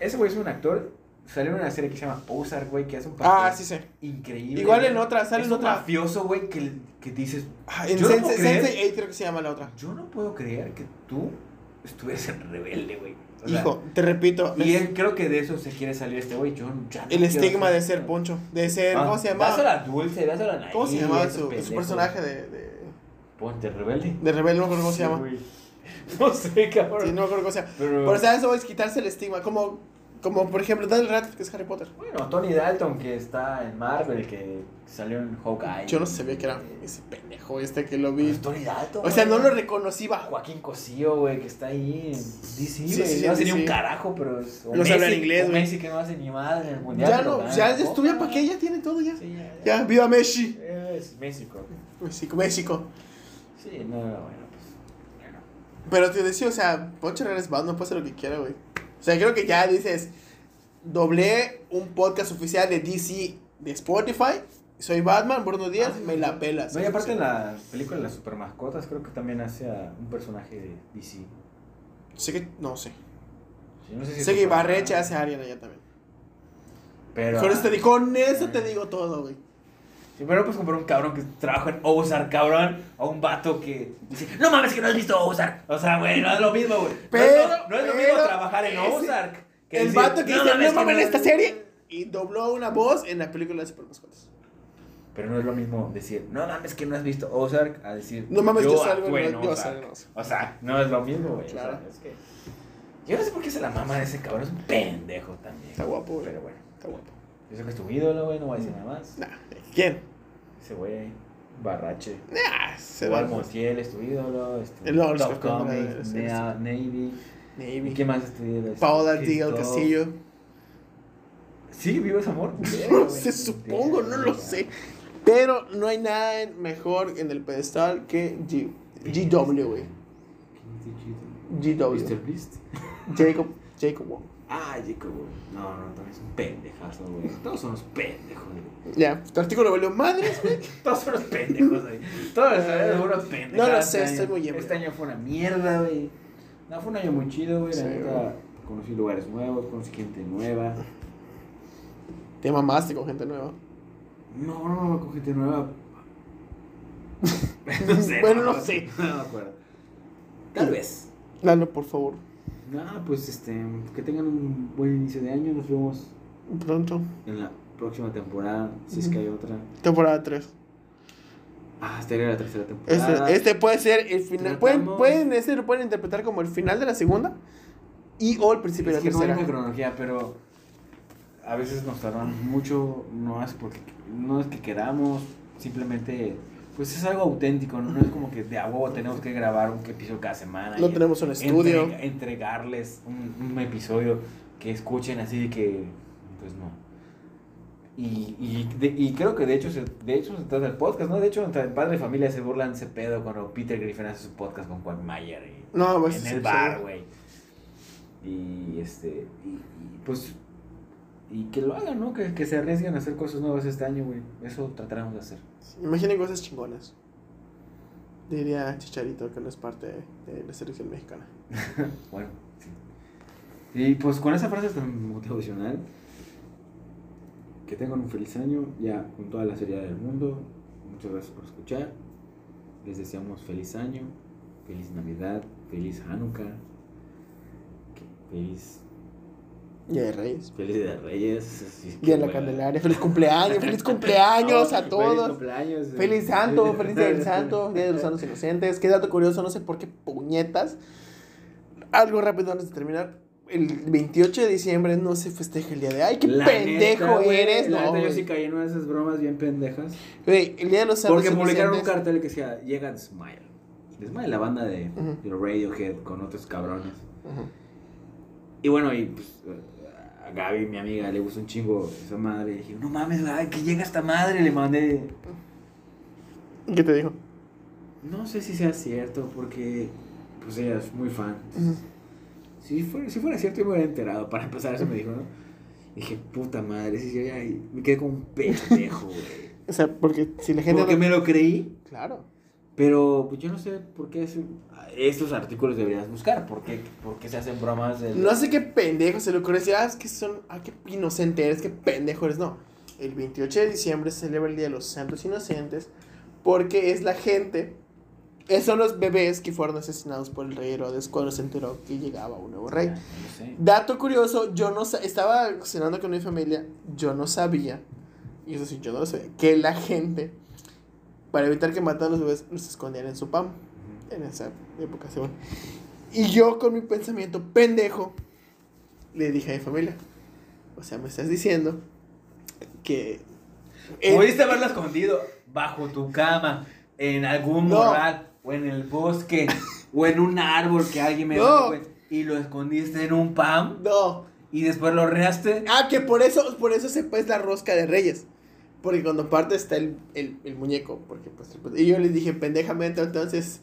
[SPEAKER 3] Ese güey es un actor. Salió en una serie que se llama Ozark, güey, que hace un papel
[SPEAKER 2] Ah, sí sé.
[SPEAKER 3] increíble.
[SPEAKER 2] Igual en
[SPEAKER 3] güey.
[SPEAKER 2] otra, sale
[SPEAKER 3] es
[SPEAKER 2] en
[SPEAKER 3] un
[SPEAKER 2] otra.
[SPEAKER 3] mafioso, güey, que, que dices,
[SPEAKER 2] Ah, en
[SPEAKER 3] Yo no puedo
[SPEAKER 2] Sense,
[SPEAKER 3] creer.
[SPEAKER 2] Sense eight creo que se llama la otra.
[SPEAKER 3] yo no puedo creer que tú estuvieras en rebelde, güey. O sea,
[SPEAKER 2] Hijo, te repito,
[SPEAKER 3] Y
[SPEAKER 2] es-
[SPEAKER 3] él creo que de eso se quiere salir este güey. Yo ya no
[SPEAKER 2] el
[SPEAKER 3] quiero
[SPEAKER 2] estigma
[SPEAKER 3] ser-
[SPEAKER 2] de ser poncho, de ser,
[SPEAKER 3] Ah,
[SPEAKER 2] ¿cómo se
[SPEAKER 3] Vas a
[SPEAKER 2] llamaba?
[SPEAKER 3] la dulce, vas a la nariz.
[SPEAKER 2] ¿Cómo se llamaba
[SPEAKER 3] ese
[SPEAKER 2] su, su
[SPEAKER 3] pendejo.
[SPEAKER 2] personaje de, de,
[SPEAKER 3] Ponte rebelde.
[SPEAKER 2] de rebelde? No me acuerdo cómo se llama.
[SPEAKER 3] Güey. No sé, cabrón.
[SPEAKER 2] Sí, no me acuerdo cómo se llama.
[SPEAKER 3] Pero-
[SPEAKER 2] Por eso eso es quitarse el estigma, como, como por ejemplo Daniel Radcliffe, que es Harry Potter.
[SPEAKER 3] Bueno, Tony Dalton que está en Marvel, que salió en Hawkeye.
[SPEAKER 2] Yo no sabía que era ese pendejo este que lo vi.
[SPEAKER 3] Pues Tony Dalton.
[SPEAKER 2] O sea, no
[SPEAKER 3] güey.
[SPEAKER 2] lo reconocí bajo.
[SPEAKER 3] Joaquín Cosío, güey, que está ahí en DC,
[SPEAKER 2] Sí,
[SPEAKER 3] güey.
[SPEAKER 2] sí, sí,
[SPEAKER 3] no
[SPEAKER 2] en
[SPEAKER 3] hace ni
[SPEAKER 2] DC.
[SPEAKER 3] un carajo, pero es. o
[SPEAKER 2] No sabe hablar
[SPEAKER 3] Messi-
[SPEAKER 2] inglés,
[SPEAKER 3] o
[SPEAKER 2] güey.
[SPEAKER 3] Messi que no hace ni madre en el mundial.
[SPEAKER 2] Ya
[SPEAKER 3] pero
[SPEAKER 2] no,
[SPEAKER 3] gana
[SPEAKER 2] ya
[SPEAKER 3] la Copa.
[SPEAKER 2] estudia para qué, ya tiene todo ya.
[SPEAKER 3] Sí, ya.
[SPEAKER 2] Ya, viva Messi.
[SPEAKER 3] Es México.
[SPEAKER 2] México, México.
[SPEAKER 3] Sí, no, bueno, pues. Bueno.
[SPEAKER 2] Pero te decía, o sea, Poncho Herrera es bad, no puede hacer lo que quiera, güey. O sea, creo que ya dices, doblé un podcast oficial de DC de Spotify, soy Batman, Bruno Díaz,
[SPEAKER 3] Ah,
[SPEAKER 2] me la pelas.
[SPEAKER 3] No, y aparte en la película de las super mascotas creo que también hace a un personaje de DC. Sí,
[SPEAKER 2] Sé que, no sé.
[SPEAKER 3] no sé si
[SPEAKER 2] sé que
[SPEAKER 3] Superman,
[SPEAKER 2] Ibarreche hace a Ariana ya también.
[SPEAKER 3] Pero, ah, eh.
[SPEAKER 2] Con, este, con eso te digo todo, güey.
[SPEAKER 3] Sí, pero pues comprar un cabrón que trabaja en Ozark, cabrón, a un vato que dice, no mames que no has visto Ozark. O sea, güey, no es lo mismo, güey. No es
[SPEAKER 2] Pero-
[SPEAKER 3] lo- no es lo
[SPEAKER 2] pero
[SPEAKER 3] mismo trabajar en
[SPEAKER 2] ese-
[SPEAKER 3] Ozark. que
[SPEAKER 2] El
[SPEAKER 3] decir,
[SPEAKER 2] vato que dice, no mames
[SPEAKER 3] no-
[SPEAKER 2] esta serie, y dobló una voz en la película de Supermascotas.
[SPEAKER 3] Pero no es lo mismo decir, no mames que no has visto Ozark, a decir,
[SPEAKER 2] No mames, yo salgo
[SPEAKER 3] actué
[SPEAKER 2] en- yo
[SPEAKER 3] Ozark".
[SPEAKER 2] salgo en Ozark.
[SPEAKER 3] ah, O sea, no es lo mismo, güey. o sea,
[SPEAKER 2] Claro.
[SPEAKER 3] es que... Yo no sé por qué se la mama de ese cabrón, es un pendejo también.
[SPEAKER 2] Está guapo, güey.
[SPEAKER 3] Pero bueno.
[SPEAKER 2] Está guapo.
[SPEAKER 3] Yo sé que es tu ídolo, güey, no voy a decir nada más.
[SPEAKER 2] Nah, ¿quién?
[SPEAKER 3] Ese güey, Barrache.
[SPEAKER 2] Nah, se va.
[SPEAKER 3] Igual Montiel es tu ídolo. Este,
[SPEAKER 2] El Lord
[SPEAKER 3] Top
[SPEAKER 2] Scott Conrad
[SPEAKER 3] Comics,
[SPEAKER 2] es-
[SPEAKER 3] Nea- Navy. ¿Y
[SPEAKER 2] Navy.
[SPEAKER 3] qué más es tu ídolo? Este,
[SPEAKER 2] Paola Díaz
[SPEAKER 3] Christoph.
[SPEAKER 2] Castillo.
[SPEAKER 3] Sí, vivo es amor.
[SPEAKER 2] No sé, supongo, no lo sé. Pero no hay nada en- mejor en el pedestal que G, GW, güey.
[SPEAKER 3] ¿Viste
[SPEAKER 2] GW.
[SPEAKER 3] el Beast?
[SPEAKER 2] Jacob, Jacob Wong.
[SPEAKER 3] Ah, Jacob, güey. No, no, también es un pendejazo, güey. Todos son unos pendejos, güey.
[SPEAKER 2] Ya, tu artículo valió madres, güey.
[SPEAKER 3] Todos son unos pendejos, güey. Todos son unos pendejos.
[SPEAKER 2] No lo sé, estoy muy ebrio.
[SPEAKER 3] Este año fue una mierda, güey. No, fue un año muy chido, güey. La
[SPEAKER 2] Sí, güey.
[SPEAKER 3] neta, conocí lugares nuevos, conocí gente nueva.
[SPEAKER 2] Te mamaste con gente nueva.
[SPEAKER 3] No, no, no, con gente nueva. no sé.
[SPEAKER 2] Bueno, no
[SPEAKER 3] me
[SPEAKER 2] sé.
[SPEAKER 3] acuerdo. No me acuerdo. Tal vez.
[SPEAKER 2] Dale, por favor.
[SPEAKER 3] Nada, pues este, que tengan un buen inicio de año. Nos vemos
[SPEAKER 2] Pronto.
[SPEAKER 3] en la próxima temporada, si es que hay otra.
[SPEAKER 2] Temporada 3.
[SPEAKER 3] Ah, estaría la tercera temporada.
[SPEAKER 2] Este, este puede ser el final. Pueden,
[SPEAKER 3] Ah. Tratamos-
[SPEAKER 2] pueden, este lo pueden interpretar como el final de la segunda y o el principio
[SPEAKER 3] es
[SPEAKER 2] de
[SPEAKER 3] que
[SPEAKER 2] la
[SPEAKER 3] no hay
[SPEAKER 2] tercera.
[SPEAKER 3] una cronología, pero a veces nos tardan mucho, no es porque no es que queramos, simplemente pues es algo auténtico, no, No es como que de a huevo tenemos que grabar un episodio cada semana.
[SPEAKER 2] No
[SPEAKER 3] y
[SPEAKER 2] tenemos un estudio.
[SPEAKER 3] entrega- entregarles un, un episodio que escuchen así que pues no. Y, y, de- y creo que de hecho se, de hecho se trata el podcast, ¿no? De hecho, entre Padre y Familia se burlan ese pedo cuando Peter Griffin hace su podcast con Quagmire y
[SPEAKER 2] No, pues,
[SPEAKER 3] en
[SPEAKER 2] sí,
[SPEAKER 3] el bar,
[SPEAKER 2] sí.
[SPEAKER 3] güey. Y este, y, y, pues, y que lo hagan, ¿no? Que, que se arriesguen a hacer cosas nuevas este año, güey. Eso trataremos de hacer.
[SPEAKER 2] Imaginen cosas chingonas. Diría Chicharito que no es parte de la selección mexicana.
[SPEAKER 3] Bueno, sí. Y pues con esa frase tan motivacional, que tengan un feliz año, ya con toda la seriedad del mundo. Muchas gracias por escuchar. Les deseamos feliz año, feliz Navidad, feliz Hanukkah, que- feliz,
[SPEAKER 2] Día de Reyes.
[SPEAKER 3] feliz Día de Reyes. si es que
[SPEAKER 2] Día de la
[SPEAKER 3] pueda.
[SPEAKER 2] Candelaria. Feliz cumpleaños. Feliz cumpleaños a
[SPEAKER 3] Oh, Feliz
[SPEAKER 2] todos.
[SPEAKER 3] cumpleaños. eh.
[SPEAKER 2] Feliz santo. Feliz día del santo. Día de los santos inocentes. Qué dato curioso. No sé por qué puñetas. Algo rápido antes de terminar. El 28 de diciembre no se festeja el día de... ¡Ay, qué
[SPEAKER 3] La
[SPEAKER 2] pendejo
[SPEAKER 3] neta, güey,
[SPEAKER 2] eres!
[SPEAKER 3] La
[SPEAKER 2] No,
[SPEAKER 3] neta, yo
[SPEAKER 2] güey.
[SPEAKER 3] sí caí en una de esas bromas bien pendejas.
[SPEAKER 2] Güey, el día de los santos
[SPEAKER 3] Porque publicaron un
[SPEAKER 2] inocentes-
[SPEAKER 3] cartel que decía, llegan Smile. Smile, la banda de,
[SPEAKER 2] Ujú.
[SPEAKER 3] de Radiohead con otros cabrones.
[SPEAKER 2] Ujú.
[SPEAKER 3] Y bueno, y pues a Gaby, mi amiga, le gustó un chingo esa madre. Y dije, no mames, ay, que llega esta madre. Le mandé,
[SPEAKER 2] ¿Y ¿Qué te dijo?
[SPEAKER 3] no sé si sea cierto, porque pues ella es muy fan.
[SPEAKER 2] Ujú.
[SPEAKER 3] Si fuera, si fuera cierto, yo me hubiera enterado. Para empezar, eso me dijo, ¿no? Y dije, puta madre, si yo ya me quedé como un pendejo, güey.
[SPEAKER 2] O sea, porque si la gente...
[SPEAKER 3] Porque
[SPEAKER 2] no-
[SPEAKER 3] me lo creí.
[SPEAKER 2] Claro.
[SPEAKER 3] Pero pues, yo no sé por qué es- estos artículos deberías buscar, por qué, por qué se hacen bromas de...
[SPEAKER 2] No sé qué pendejo se le ocurre decir, ah, es que son, ah, qué inocente eres, qué pendejo eres. No, el 28 de diciembre se celebra el Día de los Santos Inocentes porque es la gente, esos son los bebés que fueron asesinados por el rey Herodes cuando se enteró que llegaba un nuevo rey.
[SPEAKER 3] Ah, no sé.
[SPEAKER 2] Dato curioso, yo no sa- estaba cenando con mi familia, yo no sabía, y eso sí, yo no lo sabía, que la gente, para evitar que mataran a los bebés, los escondían en su pan en esa época, según. Y yo con mi pensamiento pendejo le dije a mi familia, o sea, me estás diciendo que... Eh,
[SPEAKER 3] Pudiste haberlo escondido bajo tu cama, en algún
[SPEAKER 2] No.
[SPEAKER 3] morral, o en el bosque, o en un árbol que alguien me
[SPEAKER 2] No.
[SPEAKER 3] dejó, güey, y lo escondiste en un pam
[SPEAKER 2] No.
[SPEAKER 3] y después lo reaste.
[SPEAKER 2] Ah, que por eso, por eso se es la rosca de Reyes. Porque cuando parte está el, el- el muñeco. Porque, pues, pues, y yo les dije pendejamente, entonces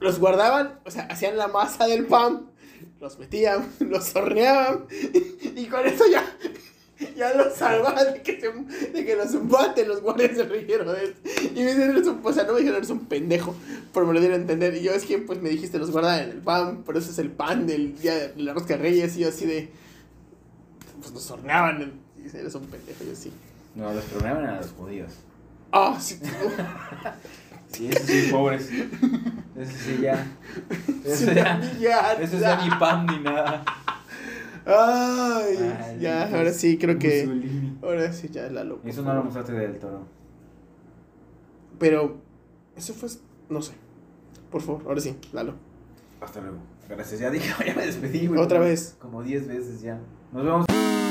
[SPEAKER 2] los guardaban, o sea, hacían la masa del pan, los metían, los horneaban, y, con eso ya, ya los salvaban de que, se- de que los maten los guardias del rey Herodes. Y me dicen, eres un, o sea, no me dijeron, eres un pendejo, pero me lo dieron a entender. Y yo, es que, pues, me dijiste, los guardaban en el pan, pero eso es el pan del día de la rosca de Reyes, y yo así de pues nos horneaban. Y dice, eres un pendejo, yo sí.
[SPEAKER 3] No, los tronaban a los judíos.
[SPEAKER 2] Ah, sí, tú.
[SPEAKER 3] Sí, eso sí, pobres. Eso sí, ya. Eso
[SPEAKER 2] Sin
[SPEAKER 3] ya.
[SPEAKER 2] humillar.
[SPEAKER 3] Eso ya ni pam ni nada.
[SPEAKER 2] Ay,
[SPEAKER 3] Malditos
[SPEAKER 2] ya, ahora sí, creo que.
[SPEAKER 3] Mussolini.
[SPEAKER 2] Ahora sí, ya la loco.
[SPEAKER 3] Eso no lo mostraste del toro.
[SPEAKER 2] Pero, eso fue. No sé. Por favor, ahora sí, Lalo.
[SPEAKER 3] Hasta luego. Gracias, ya dije, ya me despedí, güey.
[SPEAKER 2] Otra vez.
[SPEAKER 3] Como 10 veces ya. Nos vemos.